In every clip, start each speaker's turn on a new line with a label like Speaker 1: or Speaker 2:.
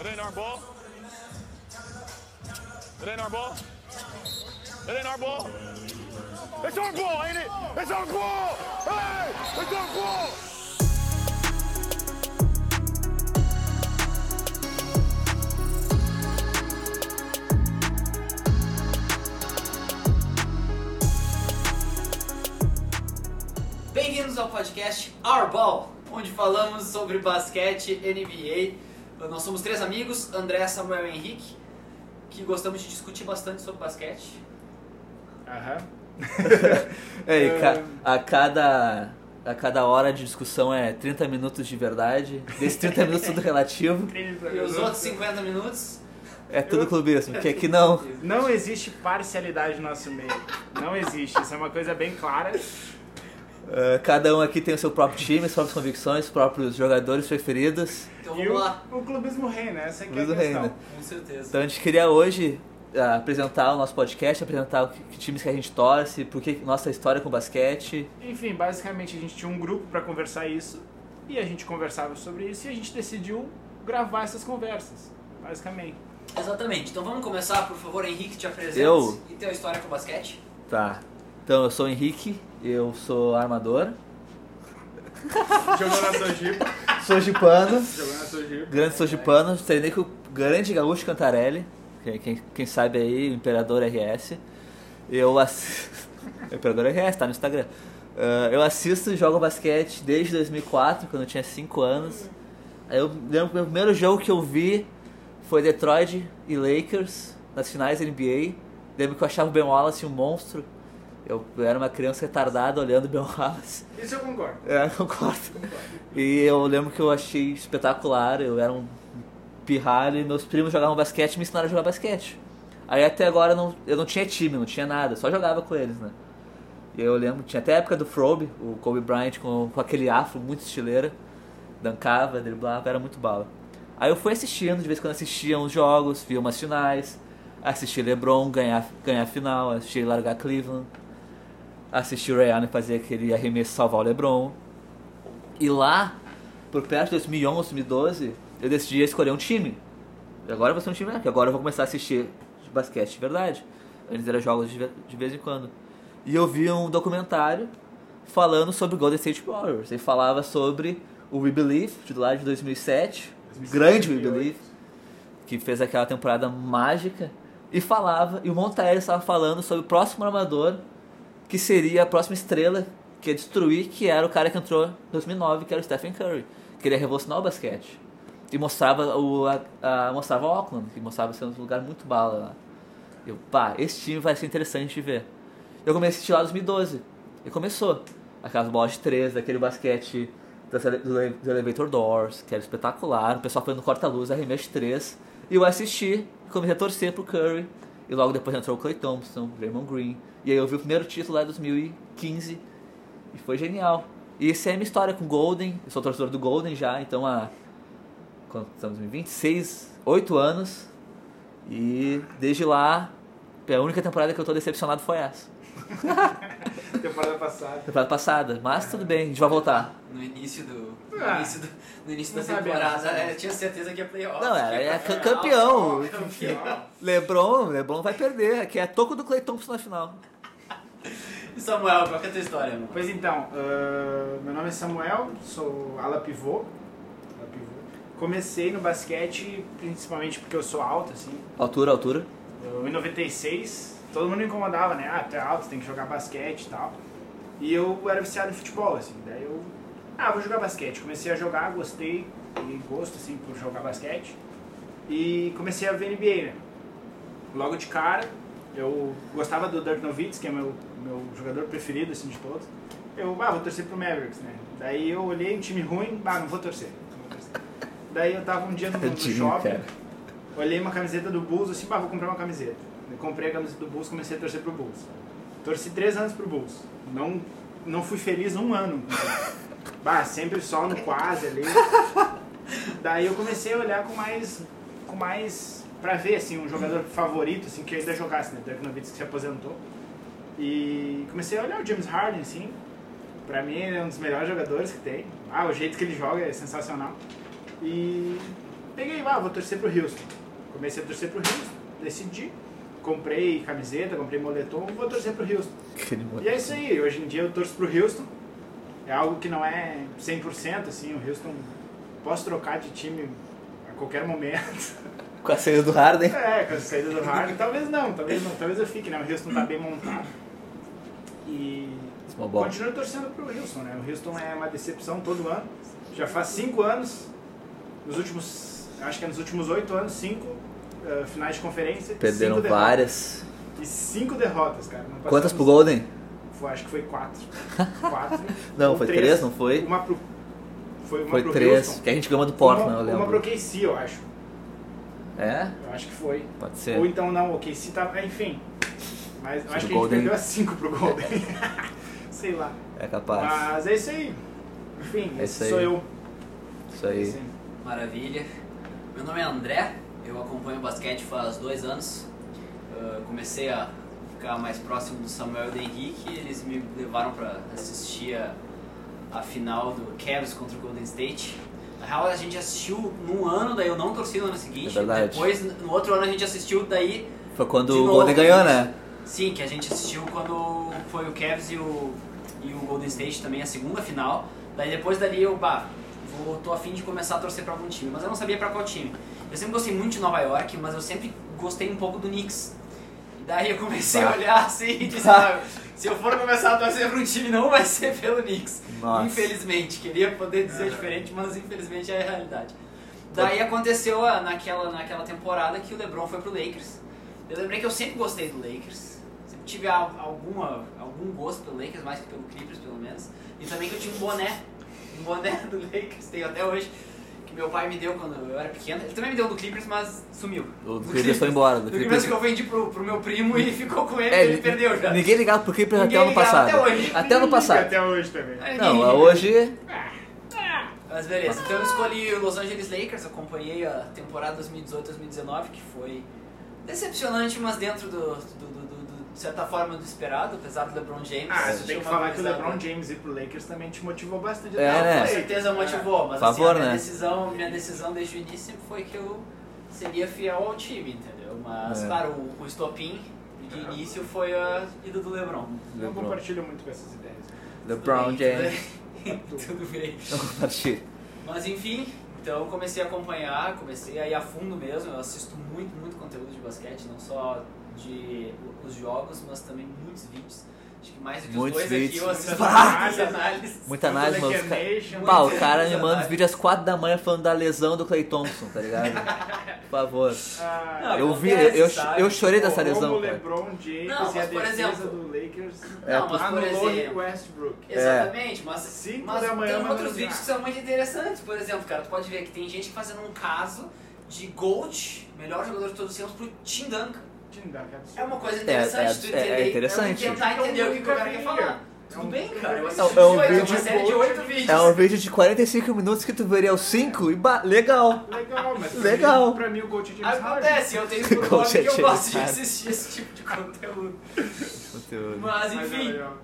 Speaker 1: It ain't our ball. It ain't our ball. It ain't our ball. It's our ball, ain't it? It's our ball. Hey, it's our ball.
Speaker 2: Bem-vindos ao podcast Our Ball, onde falamos sobre basquete, NBA. Nós somos três amigos, André, Samuel e Henrique, que gostamos de discutir bastante sobre basquete.
Speaker 3: É, e ca- a cada a cada hora de discussão é 30 minutos de verdade. Desses 30 minutos tudo relativo.
Speaker 2: E os outros 50 minutos,
Speaker 3: É tudo clubismo, que aqui não.
Speaker 4: Não existe parcialidade no nosso meio. Não existe. Isso é uma coisa bem clara.
Speaker 2: Então
Speaker 3: É, cada um aqui tem o seu próprio time, suas próprias convicções, próprios jogadores preferidos.
Speaker 2: então
Speaker 4: E
Speaker 2: vamos
Speaker 4: o,
Speaker 2: lá.
Speaker 4: o clubismo reina, essa aqui é a
Speaker 3: Clubismo
Speaker 4: questão.
Speaker 3: reina.
Speaker 2: Com certeza.
Speaker 3: Então a gente queria hoje ah, apresentar o nosso podcast, apresentar o que, que times que a gente torce, por que nossa história com basquete.
Speaker 4: Enfim, basicamente a gente tinha um grupo pra conversar isso. E a gente conversava sobre isso e a gente decidiu gravar essas conversas. Basicamente.
Speaker 2: Exatamente. Então vamos começar, por favor, Henrique, te apresente
Speaker 3: Eu?
Speaker 2: e teu história com basquete.
Speaker 3: Tá. Então eu sou o Henrique, eu sou armador,
Speaker 5: Jogou na Sojipa,
Speaker 3: sou gipano.
Speaker 5: jogou na Sojipa.
Speaker 3: Grande Sojipano, treinei com o grande gaúcho Cantarelli, que- quem, quem sabe aí, o Imperador RS. Eu assisto... Imperador RS, tá no Instagram. Ah, eu assisto e jogo basquete desde 2004, quando eu tinha 5 anos. Aí Eu lembro que o meu primeiro jogo que eu vi foi Detroit e Lakers, nas finais da NBA. Lembro que eu achava o Ben Wallace um monstro. Eu era uma criança retardada olhando o Ben Wallace.
Speaker 4: Isso eu concordo.
Speaker 3: É, concordo. E eu lembro que eu achei espetacular, eu era um pirralho e meus primos jogavam basquete e me ensinaram a jogar basquete. Aí até agora eu não, eu não tinha time, não tinha nada, só jogava com eles, né? E eu lembro, tinha até a época do Frobe, o Kobe Bryant com, com aquele afro muito estileira, dancava, driblava, era muito bala. Aí eu fui assistindo, de vez em quando assistia uns jogos, via umas finais, assisti LeBron ganhar, ganhar a final, assisti ele largar Cleveland assistir o Ray Allen fazer aquele arremesso salvar o LeBron. E lá, por perto de 2011, 2012, eu decidi escolher um time. E agora eu vou ser um time, né? Porque agora eu vou começar a assistir de basquete de verdade. Antes era jogos de ve- de vez em quando. E eu vi um documentário falando sobre o Golden State Warriors. Ele falava sobre o We Believe, de lá de 2007. grande We Believe que fez aquela temporada mágica e falava, e o Montaelli estava falando sobre o próximo armador, que seria a próxima estrela que ia destruir, que era o cara que entrou em 2009, que era o Stephen Curry, que ele ia revolucionar o basquete. E mostrava o a, a- mostrava o Auckland, que mostrava ser um lugar muito bala lá. Eu, pá, esse time vai ser interessante de ver. Eu comecei a assistir lá em 2012. E começou. Aquelas bolas de três, daquele basquete das ele- do ele- do Elevator Doors, que era espetacular. O pessoal fazendo corta-luz, arremesso de três. E eu assisti e comecei a torcer pro Curry. E logo depois entrou o Clay Thompson, Raymond Green. E aí eu vi o primeiro título lá em 2015. E foi genial. E essa é a minha história com o Golden. Eu sou torcedor do Golden já, então há. Quanto estamos em 26, 8 anos. E desde lá, a única temporada que eu tô decepcionado foi essa.
Speaker 4: Temporada passada.
Speaker 3: Temporada passada. Mas tudo bem, a gente vai voltar.
Speaker 2: No início do. No
Speaker 4: Ah,
Speaker 2: início, do, no início da
Speaker 4: não sabia.
Speaker 2: temporada, eu tinha certeza que ia playoff.
Speaker 3: Não, era, era ca- campeão.
Speaker 2: Então,
Speaker 3: Lebron, Lebron vai perder. Aqui é toco do Clay Thompson na final.
Speaker 2: E Samuel, qual que é a tua história, mano?
Speaker 4: Pois então, ah, meu nome é Samuel, sou ala pivô. Ala pivô. Comecei no basquete principalmente porque eu sou alto, assim,
Speaker 3: Altura, altura.
Speaker 4: Eu, em 96, todo mundo me incomodava, né? Ah, tu é alto, tu tem que jogar basquete e tal. E eu era viciado em futebol, assim. Daí eu, ah, vou jogar basquete. Comecei a jogar, gostei, peguei gosto, assim, por jogar basquete. E comecei a ver NBA, né? Logo de cara, eu gostava do Dirk Nowitzki, que é meu, meu jogador preferido, assim, de todos. Eu, ah, vou torcer pro Mavericks, né? Daí eu olhei um time ruim, ah, não vou torcer. não vou torcer. Daí eu tava um dia no, no
Speaker 3: Tadinho,
Speaker 4: shopping,
Speaker 3: cara.
Speaker 4: olhei uma camiseta do Bulls, assim, bah, vou comprar uma camiseta. Eu comprei a camiseta do Bulls, comecei a torcer pro Bulls. Torci três anos pro Bulls. Não, não fui feliz um ano. bah, sempre só no quase ali. Daí eu comecei a olhar com mais, com mais, pra ver, assim, um jogador favorito, assim, que ainda jogasse, né? Dirk Nowitzki se aposentou. E comecei a olhar o James Harden, assim, pra mim ele é um dos melhores jogadores que tem. Ah, o jeito que ele joga é sensacional. E Peguei, ah, vou torcer pro Houston. Comecei a torcer pro Houston, decidi. Comprei camiseta, comprei moletom, vou torcer pro Houston.
Speaker 3: Aquele
Speaker 4: E é isso aí, hoje em dia eu torço pro Houston. É algo que não é 100%, assim, o Houston posso trocar de time a qualquer momento.
Speaker 3: Com a saída do Harden.
Speaker 4: É, com a saída do Harden, talvez não, talvez não, talvez eu fique, né? O Houston tá bem montado. E
Speaker 3: Uma bola.
Speaker 4: continuo torcendo pro Houston, né? O Houston é uma decepção todo ano. Já faz cinco anos, nos últimos, acho que é nos últimos oito anos, cinco eh, finais de conferência.
Speaker 3: Perderam
Speaker 4: cinco derrotas.
Speaker 3: várias.
Speaker 4: E cinco derrotas, cara. Não passamos-
Speaker 3: Quantas pro Golden?
Speaker 4: foi- acho que foi quatro. quatro
Speaker 3: Não,
Speaker 4: ou
Speaker 3: foi três, não foi?
Speaker 4: Uma pro. Foi uma
Speaker 3: Foi
Speaker 4: pro
Speaker 3: três.
Speaker 4: Houston.
Speaker 3: Que a gente ganhou do Portland,
Speaker 4: uma,
Speaker 3: eu
Speaker 4: Uma pro
Speaker 3: lembro.
Speaker 4: KC, eu acho.
Speaker 3: É?
Speaker 4: Eu acho que foi.
Speaker 3: Pode ser.
Speaker 4: Ou então não, o KC tava. Enfim. Mas eu acho que a gente
Speaker 3: Golden-
Speaker 4: perdeu a cinco pro Golden. Sei lá.
Speaker 3: É
Speaker 2: Ah,
Speaker 3: capaz.
Speaker 4: Mas é isso aí. Enfim,
Speaker 3: É
Speaker 4: esse
Speaker 3: isso aí.
Speaker 4: sou eu.
Speaker 3: Isso aí.
Speaker 4: Sim.
Speaker 2: Maravilha. Meu nome é André, eu acompanho basquete faz dois anos. Ah, comecei a ficar mais próximo do Samuel e do Henrique, eles me levaram para assistir a, a final do Cavs contra o Golden State. Na real, a gente assistiu num ano, daí eu não torci no ano seguinte.
Speaker 3: É verdade.
Speaker 2: Depois, no outro ano, a gente assistiu, daí.
Speaker 3: Foi quando
Speaker 2: de
Speaker 3: o
Speaker 2: novo.
Speaker 3: Golden ganhou, né?
Speaker 2: Sim, que a gente assistiu quando foi o Cavs e o, e o Golden State também, a segunda final. Daí depois dali eu, bah, vou, tô afim de começar a torcer pra algum time, mas eu não sabia pra qual time. Eu sempre gostei muito de Nova York, mas eu sempre gostei um pouco do Knicks. Daí eu comecei a
Speaker 3: Bah.
Speaker 2: olhar assim e disse, ah, se eu for começar a torcer pra um time, não vai ser pelo Knicks.
Speaker 3: Nossa.
Speaker 2: Infelizmente, queria poder dizer diferente, mas infelizmente é a realidade. Daí aconteceu a- naquela, naquela temporada que o LeBron foi pro Lakers. Eu lembrei que eu sempre gostei do Lakers. Sempre tive al- alguma, algum gosto pelo Lakers, mais que pelo Clippers, pelo menos. E também que eu tinha um boné. Um boné do Lakers, tenho até hoje. Que meu pai me deu quando eu era pequeno. Ele também me deu do Clippers, mas sumiu.
Speaker 3: O do Clippers foi embora, do
Speaker 2: Do
Speaker 3: Clippers- É,
Speaker 2: Clippers que eu vendi pro, pro meu primo e ficou com ele, ele perdeu já.
Speaker 3: Ninguém ligava pro Clippers até
Speaker 2: Ninguém
Speaker 3: ano
Speaker 2: ligava,
Speaker 3: passado.
Speaker 2: até hoje.
Speaker 3: Até ano
Speaker 4: E
Speaker 3: passado.
Speaker 4: Até hoje também.
Speaker 2: Aí ninguém
Speaker 3: Não,
Speaker 2: liga.
Speaker 3: hoje
Speaker 2: Mas beleza, então eu escolhi o Los Angeles Lakers, acompanhei a temporada 2018-2019, que foi decepcionante, mas dentro do, do, do- do- do- de certa forma do esperado, apesar do LeBron James.
Speaker 4: Ah,
Speaker 2: tinha
Speaker 4: você tem que
Speaker 2: uma
Speaker 4: falar que o
Speaker 2: coisa-
Speaker 4: LeBron James ir pro Lakers também te motivou bastante.
Speaker 3: É,
Speaker 4: até o
Speaker 3: né?
Speaker 2: né? Com
Speaker 4: Lakers.
Speaker 2: certeza motivou, mas
Speaker 3: Favor,
Speaker 2: assim, a minha,
Speaker 3: né?
Speaker 2: decisão, minha decisão desde o início sempre foi que eu seria fiel ao time, entendeu? Mas,
Speaker 3: É.
Speaker 2: claro, o, o estopim de início foi a ida do LeBron.
Speaker 4: "Ah, Não
Speaker 3: LeBron.
Speaker 4: compartilho muito com essas ideias.
Speaker 3: LeBron
Speaker 2: Tudo bem,
Speaker 3: James.
Speaker 2: tudo bem. Tudo bem.
Speaker 3: Partir.
Speaker 2: Mas enfim, então comecei a acompanhar, comecei a ir a fundo mesmo. Eu assisto muito, muito conteúdo de basquete, não só de os jogos, mas também muitos vídeos. Acho que mais do que
Speaker 3: Muitos
Speaker 2: os dois aqui
Speaker 3: vídeos.
Speaker 2: eu assisto
Speaker 4: Muitas
Speaker 2: várias
Speaker 4: análises.
Speaker 2: análises.
Speaker 3: Muita
Speaker 2: é
Speaker 3: análise, mano.
Speaker 4: Laker
Speaker 3: Os ca-
Speaker 4: Nation.
Speaker 3: Pá, o
Speaker 2: né? Muita
Speaker 3: cara me
Speaker 2: análise.
Speaker 3: manda os vídeos às 4 da manhã falando da lesão do Clay Thompson, tá ligado? Por favor.
Speaker 4: Ah,
Speaker 2: Não,
Speaker 3: Eu vi,
Speaker 2: acontece,
Speaker 3: eu,
Speaker 2: sabe?
Speaker 3: eu chorei dessa
Speaker 4: Como
Speaker 3: lesão,
Speaker 4: o
Speaker 3: cara.
Speaker 4: LeBron James
Speaker 2: Não, mas
Speaker 4: e a
Speaker 2: por
Speaker 4: defesa
Speaker 2: exemplo-
Speaker 4: do Lakers
Speaker 3: É,
Speaker 2: Não, mas por
Speaker 4: anulou
Speaker 2: exemplo.
Speaker 4: Westbrook.
Speaker 2: Exatamente, mas,
Speaker 4: É. Cinco
Speaker 2: mas
Speaker 4: da manhã,
Speaker 2: tem
Speaker 4: mas
Speaker 2: outros
Speaker 4: não
Speaker 2: vídeos
Speaker 4: dá.
Speaker 2: que são muito interessantes. Por exemplo, cara, tu pode ver que tem gente fazendo um caso de Gold, melhor jogador de todos os tempos, pro Tim Duncan.
Speaker 4: Tim Duncan, um absurdo.
Speaker 2: É uma coisa interessante tu
Speaker 3: é- é
Speaker 2: entender.
Speaker 3: interessante.
Speaker 2: É tentar entender o que, o cara
Speaker 4: É
Speaker 2: quer
Speaker 4: um
Speaker 2: falar. Tudo
Speaker 4: caminho.
Speaker 2: bem, cara. Eu
Speaker 4: É
Speaker 2: assisti
Speaker 4: um-
Speaker 3: é um
Speaker 2: oito, uma
Speaker 3: vídeo
Speaker 2: série de
Speaker 4: bom,
Speaker 2: oito vídeos.
Speaker 3: É um vídeo de 45 minutos que tu veria os 5 e bah, legal.
Speaker 4: Legal, mas pra
Speaker 3: Legal.
Speaker 4: mim- pra mim o Gold é James Harden.
Speaker 2: Acontece, eu tenho por nome que eu
Speaker 3: Gente,
Speaker 2: gosto de
Speaker 3: cara.
Speaker 2: assistir esse tipo de conteúdo. Mas
Speaker 4: Mas é
Speaker 2: enfim.
Speaker 4: legal.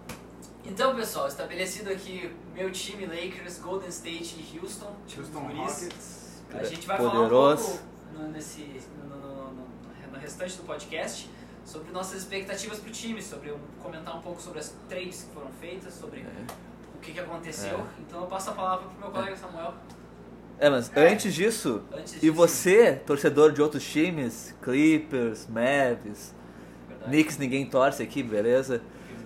Speaker 2: Então, pessoal, estabelecido aqui meu time Lakers, Golden State e Houston.
Speaker 4: Houston
Speaker 2: tipo, Por isso,
Speaker 4: Rockets.
Speaker 2: A gente vai
Speaker 3: Poderoso.
Speaker 2: falar um pouco no, nesse, no, no- no- no- no restante do podcast sobre nossas expectativas para o time, sobre um- comentar um pouco sobre as trades que foram feitas, sobre
Speaker 3: É.
Speaker 2: o que, que aconteceu. Então eu passo a palavra para o meu colega Samuel.
Speaker 3: É, mas antes disso,
Speaker 2: Antes
Speaker 3: e
Speaker 2: disso.
Speaker 3: você, torcedor de outros times, Clippers, Mavs,
Speaker 2: Verdade.
Speaker 3: Knicks, ninguém torce aqui, beleza?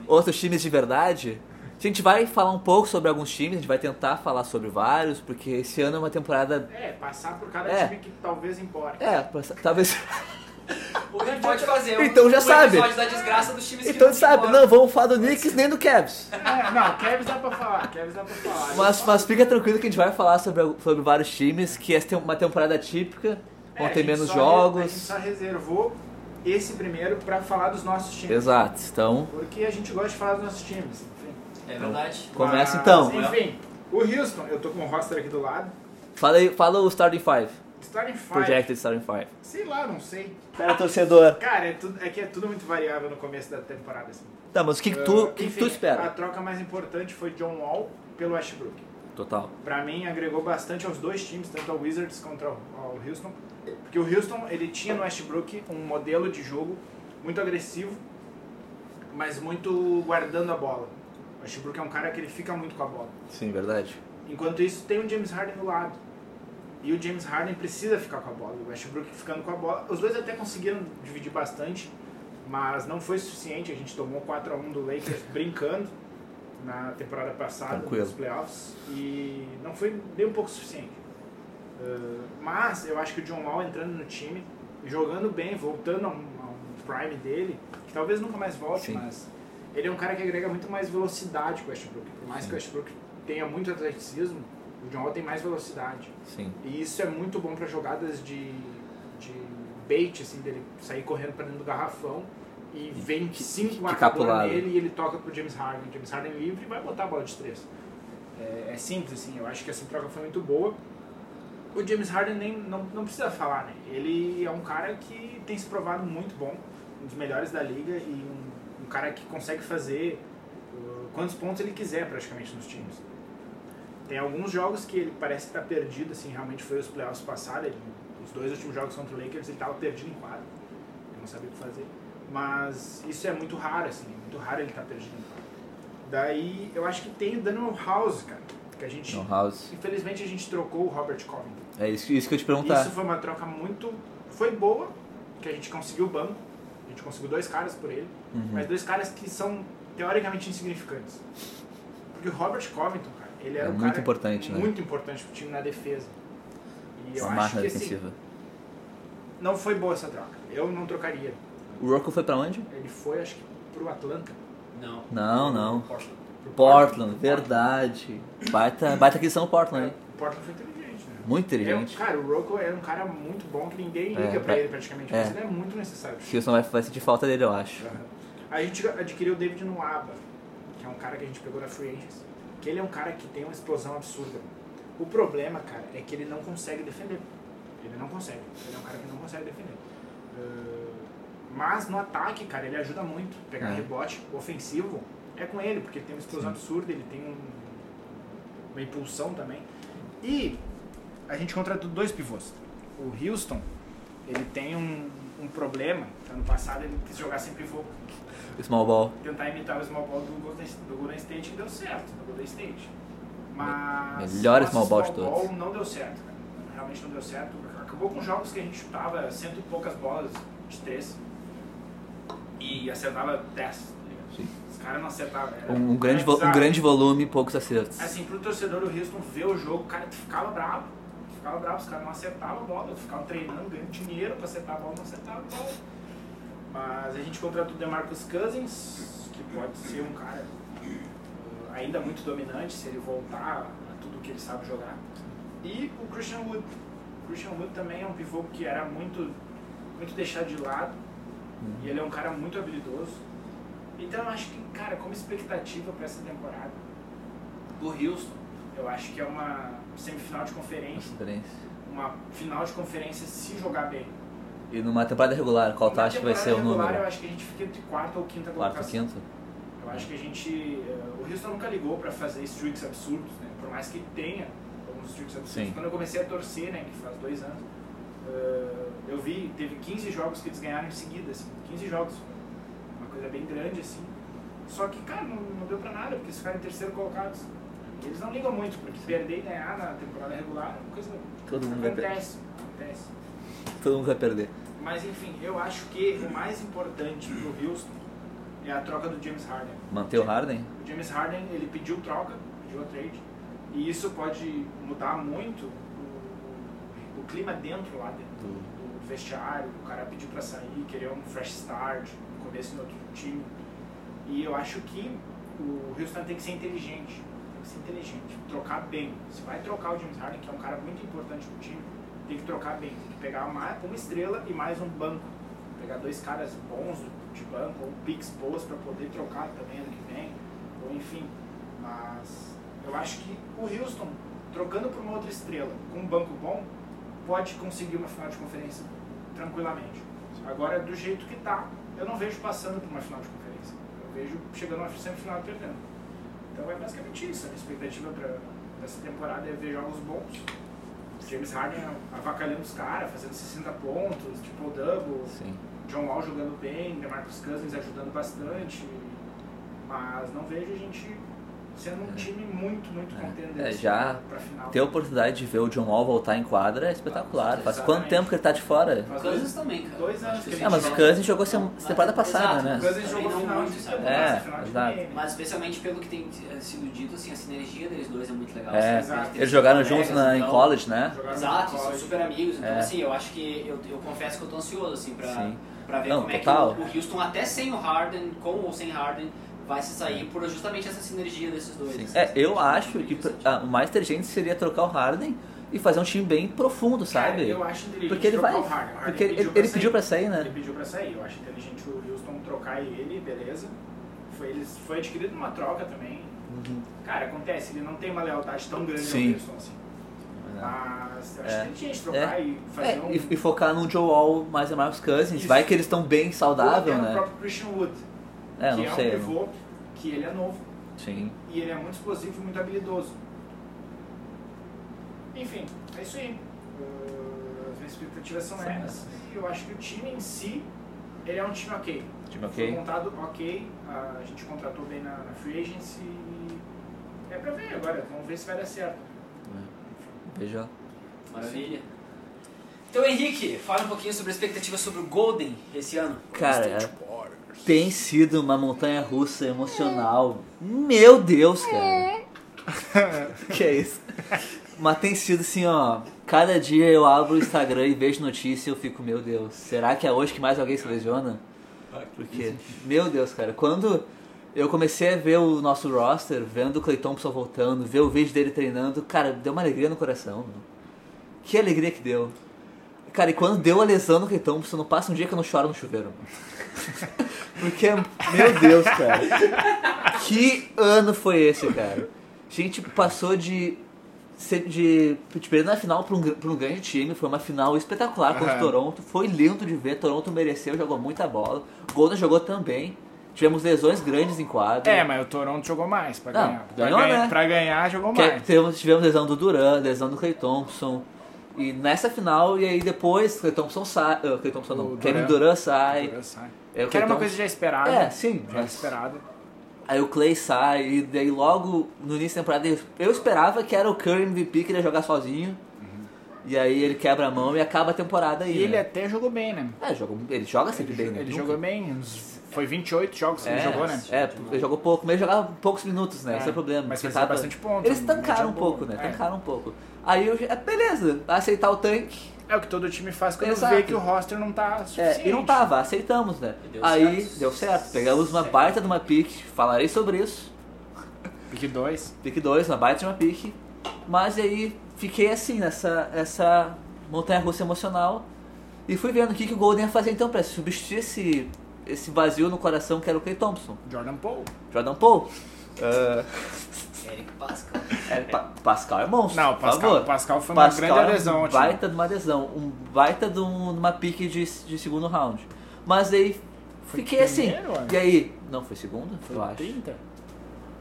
Speaker 3: Outros times de verdade. A gente vai falar um pouco sobre alguns times, a gente vai tentar falar sobre vários, porque esse ano é uma temporada.
Speaker 4: É, passar por cada
Speaker 3: É.
Speaker 4: time que talvez importe.
Speaker 3: É, talvez.
Speaker 2: O que a gente pode fazer um-
Speaker 3: Então já
Speaker 2: um
Speaker 3: sabe.
Speaker 2: episódio da desgraça dos times que
Speaker 3: Então
Speaker 2: não se
Speaker 3: sabe,
Speaker 2: importam.
Speaker 3: não vamos falar do Knicks nem do Cavs.
Speaker 4: É, não, Kevs dá pra falar, Kevs dá pra falar.
Speaker 3: Mas, mas fica tranquilo que a gente vai falar sobre, sobre vários times, que essa é uma temporada típica,
Speaker 4: É,
Speaker 3: vão
Speaker 4: a
Speaker 3: ter
Speaker 4: gente
Speaker 3: menos
Speaker 4: só re- A gente
Speaker 3: jogos.
Speaker 4: só reservou esse primeiro pra falar dos nossos times.
Speaker 3: Exato, então
Speaker 4: Porque a gente gosta de falar dos nossos times, enfim.
Speaker 2: É verdade.
Speaker 3: começa
Speaker 4: Mas,
Speaker 3: então.
Speaker 4: Enfim, o Houston, eu tô com o roster aqui do lado.
Speaker 3: Fala, aí, fala o Starting Five,
Speaker 4: Starting Five.
Speaker 3: Projected Starting Five.
Speaker 4: Sei lá, não sei.
Speaker 3: Cara, torcedor.
Speaker 4: Cara, é, tudo, é que é tudo muito variável no começo da temporada, assim.
Speaker 3: Tá, mas o que, que tu,
Speaker 4: Ah,
Speaker 3: o que que
Speaker 4: enfim,
Speaker 3: tu
Speaker 4: A
Speaker 3: espera?
Speaker 4: troca mais importante foi John Wall pelo Westbrook.
Speaker 3: total.
Speaker 4: Pra mim, agregou bastante aos dois times, tanto ao Wizards quanto ao, ao Houston. Porque o Houston, ele tinha no Westbrook um modelo de jogo muito agressivo, mas muito guardando a bola. O Westbrook é um cara que ele fica muito com a bola.
Speaker 3: Sim, verdade.
Speaker 4: Enquanto isso, tem o James Harden do lado. E o James Harden precisa ficar com a bola. O Westbrook ficando com a bola. Os dois até conseguiram dividir bastante, mas não foi suficiente. A gente tomou 4 a 1 do Lakers brincando na temporada passada,
Speaker 3: Tranquilo.
Speaker 4: nos playoffs. E não foi nem um pouco suficiente. Uh, mas eu acho que o John Wall entrando no time, jogando bem, voltando a um, a um prime dele, que talvez nunca mais volte,
Speaker 3: Sim.
Speaker 4: mas ele é um cara que agrega muito mais velocidade com o Westbrook. Por mais que o Westbrook tenha muito atleticismo, o John Wall tem mais velocidade.
Speaker 3: Sim.
Speaker 4: E isso é muito bom para jogadas de, de bait, assim, dele sair correndo para dentro do garrafão e vem cinco
Speaker 3: quicar pro
Speaker 4: marcadores
Speaker 3: lado.
Speaker 4: nele e ele toca pro James Harden. O James Harden livre e vai botar a bola de três. É, é simples, assim, eu acho que essa troca foi muito boa. O James Harden nem, não, não precisa falar, né? Ele é um cara que tem se provado muito bom, um dos melhores da liga e um, um cara que consegue fazer uh, quantos pontos ele quiser praticamente nos times. Tem alguns jogos que ele parece que tá perdido, assim, realmente foi os playoffs passados. ele- os dois últimos jogos contra o Lakers ele tava perdido em quadro. Ele não sabia o que fazer. Mas isso é muito raro, assim, é muito raro ele estar tá perdido em quadro. Daí eu acho que tem o Daniel House, cara. Que a gente.
Speaker 3: No House.
Speaker 4: Infelizmente a gente trocou o Robert Covington.
Speaker 3: É isso, isso que eu ia te perguntar.
Speaker 4: Isso foi uma troca muito. Foi boa, que a gente conseguiu o banco. A gente conseguiu dois caras por ele.
Speaker 3: Uhum.
Speaker 4: Mas dois caras que são teoricamente insignificantes. Porque o Robert Covington, cara, ele era
Speaker 3: É
Speaker 4: um
Speaker 3: muito
Speaker 4: cara
Speaker 3: importante, né?
Speaker 4: muito importante pro time na defesa. E eu
Speaker 3: Essa
Speaker 4: acho
Speaker 3: marca
Speaker 4: que assim,
Speaker 3: defensiva.
Speaker 4: não foi boa essa troca. Eu não trocaria.
Speaker 3: O Rocco foi pra onde?
Speaker 4: Ele foi, acho que, pro Atlanta.
Speaker 2: Não.
Speaker 3: Não, não.
Speaker 2: Portland.
Speaker 4: Pro
Speaker 3: Portland, verdade. Baita, baita aquisição Portland, hein?
Speaker 4: O É, Portland foi inteligente, né? É
Speaker 3: Muito
Speaker 4: um-
Speaker 3: inteligente.
Speaker 4: cara, o Rocco é um cara muito bom que ninguém
Speaker 3: É,
Speaker 4: liga pra
Speaker 3: pra-
Speaker 4: ele praticamente,
Speaker 3: é.
Speaker 4: mas ele é muito necessário. pro
Speaker 3: Houston vai, vai sentir falta dele, eu acho.
Speaker 4: A gente adquiriu o David Nuaba, que é um cara que a gente pegou da Free Agents, que ele é um cara que tem uma explosão absurda. O problema, cara, é que ele não consegue defender. Ele não consegue. Ele é um cara que não consegue defender. Eh, mas no ataque, cara, ele ajuda muito. Pegar
Speaker 3: É.
Speaker 4: rebote o ofensivo é com ele, porque ele tem uma explosão absurda, ele tem um- uma impulsão também. E a gente contratou dois pivôs. O Houston, ele tem um, um problema. Ano passado ele quis jogar sem pivô É.
Speaker 3: Small ball.
Speaker 4: tentar imitar o small ball do Golden, do Golden State que deu certo, do Golden State. Mas.
Speaker 3: Melhor
Speaker 4: nosso
Speaker 3: small ball de todos.
Speaker 4: ball não deu certo, cara. Realmente não deu certo. Acabou com jogos que a gente chutava cento e poucas bolas de três e acertava 10. tá ligado?
Speaker 3: Sim.
Speaker 4: Os caras não acertavam. né? era-
Speaker 3: Um, um grande,
Speaker 4: era
Speaker 3: vo- um
Speaker 4: bizarro.
Speaker 3: grande volume e poucos acertos.
Speaker 4: Assim, pro torcedor, o Houston ver o jogo, cara, tu ficava bravo. Tu ficava bravo, os caras não acertavam a bola, tu ficava treinando, ganhando dinheiro pra acertar a bola, não acertava a bola. Mas a gente contratou o DeMarcus Cousins, que pode ser um cara eh, ainda muito dominante se ele voltar a tudo que ele sabe jogar. E o Christian Wood. O Christian Wood também é um pivô que era muito, muito deixado de lado. E ele é um cara muito habilidoso. Então eu acho que, cara, como expectativa pra essa temporada, do Houston, eu acho que é uma semifinal de conferência,
Speaker 3: Diferença.
Speaker 4: uma final de conferência se jogar bem.
Speaker 3: E numa temporada regular, qual tu
Speaker 4: Na
Speaker 3: acha que vai ser o
Speaker 4: temporada regular, Eu
Speaker 3: número?
Speaker 4: acho que a gente fica entre quarta ou quinta
Speaker 3: Quarto ou
Speaker 4: colocação.
Speaker 3: quinto?
Speaker 4: Eu acho que a gente. eh, o Houston nunca ligou pra fazer streaks absurdos, né? Por mais que tenha alguns streaks absurdos.
Speaker 3: Sim.
Speaker 4: Quando eu comecei a torcer, né, que faz dois anos, eh, eu vi, teve 15 jogos que eles ganharam em seguida, assim. 15 jogos. Uma coisa bem grande, assim. Só que, cara, não, não deu pra nada, porque eles ficaram em terceiro colocados. Eles não ligam muito, porque perder e ganhar na temporada regular é uma coisa.
Speaker 3: Todo mundo vai perder.
Speaker 4: acontece, acontece.
Speaker 3: Todo mundo vai perder.
Speaker 4: Mas enfim, eu acho que o mais importante pro Houston é a troca do James Harden.
Speaker 3: Manter o Harden?
Speaker 4: O James Harden ele pediu troca, pediu a trade, e isso pode mudar muito o, o clima dentro lá dentro do vestiário. O cara pediu pra sair, queria um fresh start, um começo no outro time. E eu acho que o Houston tem que ser inteligente, tem que ser inteligente, trocar bem. Se vai trocar o James Harden, que é um cara muito importante pro time, tem que trocar bem, tem que pegar uma, uma estrela e mais um banco. Pegar dois caras bons de banco, ou picks boas pra poder trocar também ano que vem, ou enfim. Mas eu acho que o Houston, trocando por uma outra estrela, com um banco bom, pode conseguir uma final de conferência tranquilamente. Agora, do jeito que tá, eu não vejo passando por uma final de conferência. Eu vejo chegando a uma semifinal e perdendo. Então é basicamente isso, a minha expectativa para dessa temporada é ver jogos bons. James Harden avacalhando os caras, fazendo 60 pontos, triple double,
Speaker 3: Sim.
Speaker 4: John Wall jogando bem, DeMarcus Cousins ajudando bastante, mas não vejo a gente sendo um time muito, muito contender
Speaker 3: É,
Speaker 4: assim,
Speaker 3: já
Speaker 4: pra final.
Speaker 3: Ter a oportunidade de ver o John Wall voltar em quadra é espetacular. Faz
Speaker 4: Exatamente.
Speaker 3: quanto tempo que ele tá de fora?
Speaker 4: Faz
Speaker 2: Cousins
Speaker 4: dois,
Speaker 2: também, cara.
Speaker 4: dois anos
Speaker 2: Acho
Speaker 4: que
Speaker 2: que
Speaker 4: ele
Speaker 3: Ah, mas o
Speaker 4: joga.
Speaker 3: Cousins jogou sem,
Speaker 2: Mas-
Speaker 3: temporada passada,
Speaker 2: exato,
Speaker 4: O
Speaker 3: né?
Speaker 4: Cousins
Speaker 2: Também
Speaker 4: jogou
Speaker 2: não
Speaker 4: final
Speaker 2: muito,
Speaker 4: de
Speaker 2: sabe?
Speaker 4: temporada,
Speaker 3: É,
Speaker 4: final de
Speaker 3: exato.
Speaker 4: NBA.
Speaker 2: Mas especialmente pelo que tem eh, sido dito, assim, a sinergia deles dois é muito legal.
Speaker 3: É,
Speaker 2: assim,
Speaker 4: exato.
Speaker 2: têm
Speaker 3: eles jogaram
Speaker 2: colegas,
Speaker 3: juntos na, em
Speaker 2: então-
Speaker 3: college, né?
Speaker 4: Jogaram
Speaker 2: Exato,
Speaker 4: no
Speaker 2: são
Speaker 4: college.
Speaker 2: super amigos. Então,
Speaker 3: É.
Speaker 2: assim, eu acho que eu, eu confesso que eu tô ansioso, assim, pra,
Speaker 3: Sim.
Speaker 2: pra ver
Speaker 3: Não,
Speaker 2: como
Speaker 3: total.
Speaker 2: é que o, o Houston, até sem o Harden, com ou sem Harden, vai se sair por justamente essa sinergia desses dois.
Speaker 3: Sim.
Speaker 2: assim,
Speaker 3: É,
Speaker 2: sabe?
Speaker 3: eu acho
Speaker 2: muito
Speaker 3: que
Speaker 2: interessante.
Speaker 3: ah, o mais inteligente seria trocar o Harden e fazer um time bem profundo,
Speaker 4: Cara,
Speaker 3: sabe?
Speaker 4: É, eu acho inteligente
Speaker 3: Porque ele
Speaker 4: trocar
Speaker 3: vai-
Speaker 4: o Harden. O Harden
Speaker 3: porque ele- ele pediu pra sair, né?
Speaker 4: Ele pediu pra sair. Eu acho inteligente o Houston trocar ele, beleza. Foi, ele, foi adquirido numa troca também. Cara, acontece, ele não tem uma lealdade tão grande
Speaker 3: Uhum. Sim.
Speaker 4: ao Houston assim. Mas eu acho
Speaker 3: É.
Speaker 4: inteligente trocar
Speaker 3: É.
Speaker 4: e fazer
Speaker 3: É,
Speaker 4: um.
Speaker 3: e, e focar no Joe Wall mais e Marcus Cousins.
Speaker 4: Isso.
Speaker 3: Vai que eles estão bem saudável,
Speaker 4: Ou até no
Speaker 3: né?
Speaker 4: próprio Christian Wood.
Speaker 3: É,
Speaker 4: que
Speaker 3: não
Speaker 4: é
Speaker 3: sei.
Speaker 4: um pivô que ele é novo
Speaker 3: Sim.
Speaker 4: e ele é muito explosivo e muito habilidoso. Enfim, é isso aí. Uh, As minhas expectativas são
Speaker 3: São
Speaker 4: essas. E eu acho que o time em si, ele é um time ok.
Speaker 3: Time
Speaker 4: Foi
Speaker 3: ok.
Speaker 4: montado ok, Ah, a gente contratou bem na, na free agency e é pra ver agora, vamos ver se vai dar certo.
Speaker 3: Beijo.
Speaker 2: Maravilha. Então, Henrique, fala um pouquinho sobre a expectativa sobre o Golden esse ano.
Speaker 3: Cara, tem sido uma montanha russa emocional. Meu Deus, cara. que é isso? Mas tem sido assim, ó. Cada dia eu abro o Instagram e vejo notícia e eu fico, meu Deus, será que é hoje que mais alguém se lesiona? Porque, meu Deus, cara, quando eu comecei a ver o nosso roster, vendo o Clay Thompson voltando, ver o vídeo dele treinando, cara, deu uma alegria no coração. Meu. Que alegria que deu. Cara, e quando deu a lesão no Clay Thompson, não passa um dia que eu não choro no chuveiro. mano. Porque, meu Deus, cara. Que ano foi esse, cara? A gente passou de ser- de, de perder na final para um, gr- pra um grande time, foi uma final espetacular contra o Toronto, foi lindo de ver, Toronto mereceu, jogou muita bola, Golden jogou também, tivemos lesões grandes em quadro,
Speaker 4: É, mas o Toronto jogou mais pra
Speaker 3: Não, ganhar. Pra ganhou, ganhar- né? pra
Speaker 4: jogou
Speaker 3: Que- é, tivemos, tivemos lesão do Duran, lesão do Clay Thompson, e nessa final, e aí depois, Clay Thompson sai, ah, Clay Thompson não,
Speaker 4: O
Speaker 3: Kevin
Speaker 4: Durant.
Speaker 3: Durant sai, É, o
Speaker 4: Que era
Speaker 3: Clay
Speaker 4: uma coisa
Speaker 3: Thompson-
Speaker 4: já esperada.
Speaker 3: É, sim,
Speaker 4: Já
Speaker 3: mas-
Speaker 4: esperada.
Speaker 3: Aí o Clay sai, e daí logo no início da temporada eu- eu esperava que era o Curry MVP que ele ia jogar sozinho. E aí ele quebra a mão e acaba a temporada aí.
Speaker 4: Uhum. E ele
Speaker 3: né?
Speaker 4: até jogou bem, né?
Speaker 3: é... joga- ele joga sempre bem, né?
Speaker 4: Ele
Speaker 3: Nunca-
Speaker 4: jogou bem, uns- foi 28 jogos que
Speaker 3: é,
Speaker 4: ele jogou, né?
Speaker 3: É, ele jogou pouco, mas ele jogava poucos minutos, né?
Speaker 4: É,
Speaker 3: Esse é o problema.
Speaker 4: mas
Speaker 3: porque
Speaker 4: fazia bastante ponto,
Speaker 3: Eles tancaram um
Speaker 4: média boa,
Speaker 3: pouco, né?
Speaker 4: é.
Speaker 3: Tancaram um pouco. Aí eu. é, beleza, aceitar o tanque.
Speaker 4: É o que todo time faz quando
Speaker 3: Exato.
Speaker 4: vê que o roster não tá suficiente.
Speaker 3: É, e não tava, aceitamos, né?
Speaker 2: E deu
Speaker 3: aí
Speaker 2: certo.
Speaker 3: deu certo. Pegamos uma baita de uma pique, falarei sobre isso.
Speaker 4: Pique 2.
Speaker 3: pique 2, uma baita de uma pique. Mas aí fiquei assim, nessa essa montanha russa emocional. E fui vendo o que, que o Golden ia fazer então pra substituir esse, esse vazio no coração que era o Clay Thompson. um
Speaker 4: Jordan Poole.
Speaker 3: Jordan Poole.
Speaker 2: Eric Pascal.
Speaker 3: É, Pa- Pascal é monstro.
Speaker 4: Não,
Speaker 3: por
Speaker 4: Pascal-
Speaker 3: favor.
Speaker 4: Pascal foi uma grande
Speaker 3: é um
Speaker 4: adesão ao time.
Speaker 3: baita de uma adesão. Um baita de, um- de uma pique de, de segundo round. Mas aí fiquei
Speaker 4: primeiro,
Speaker 3: assim.
Speaker 4: olha.
Speaker 3: E aí. Não, foi segundo? eu
Speaker 4: Foi
Speaker 3: acho.
Speaker 4: 30.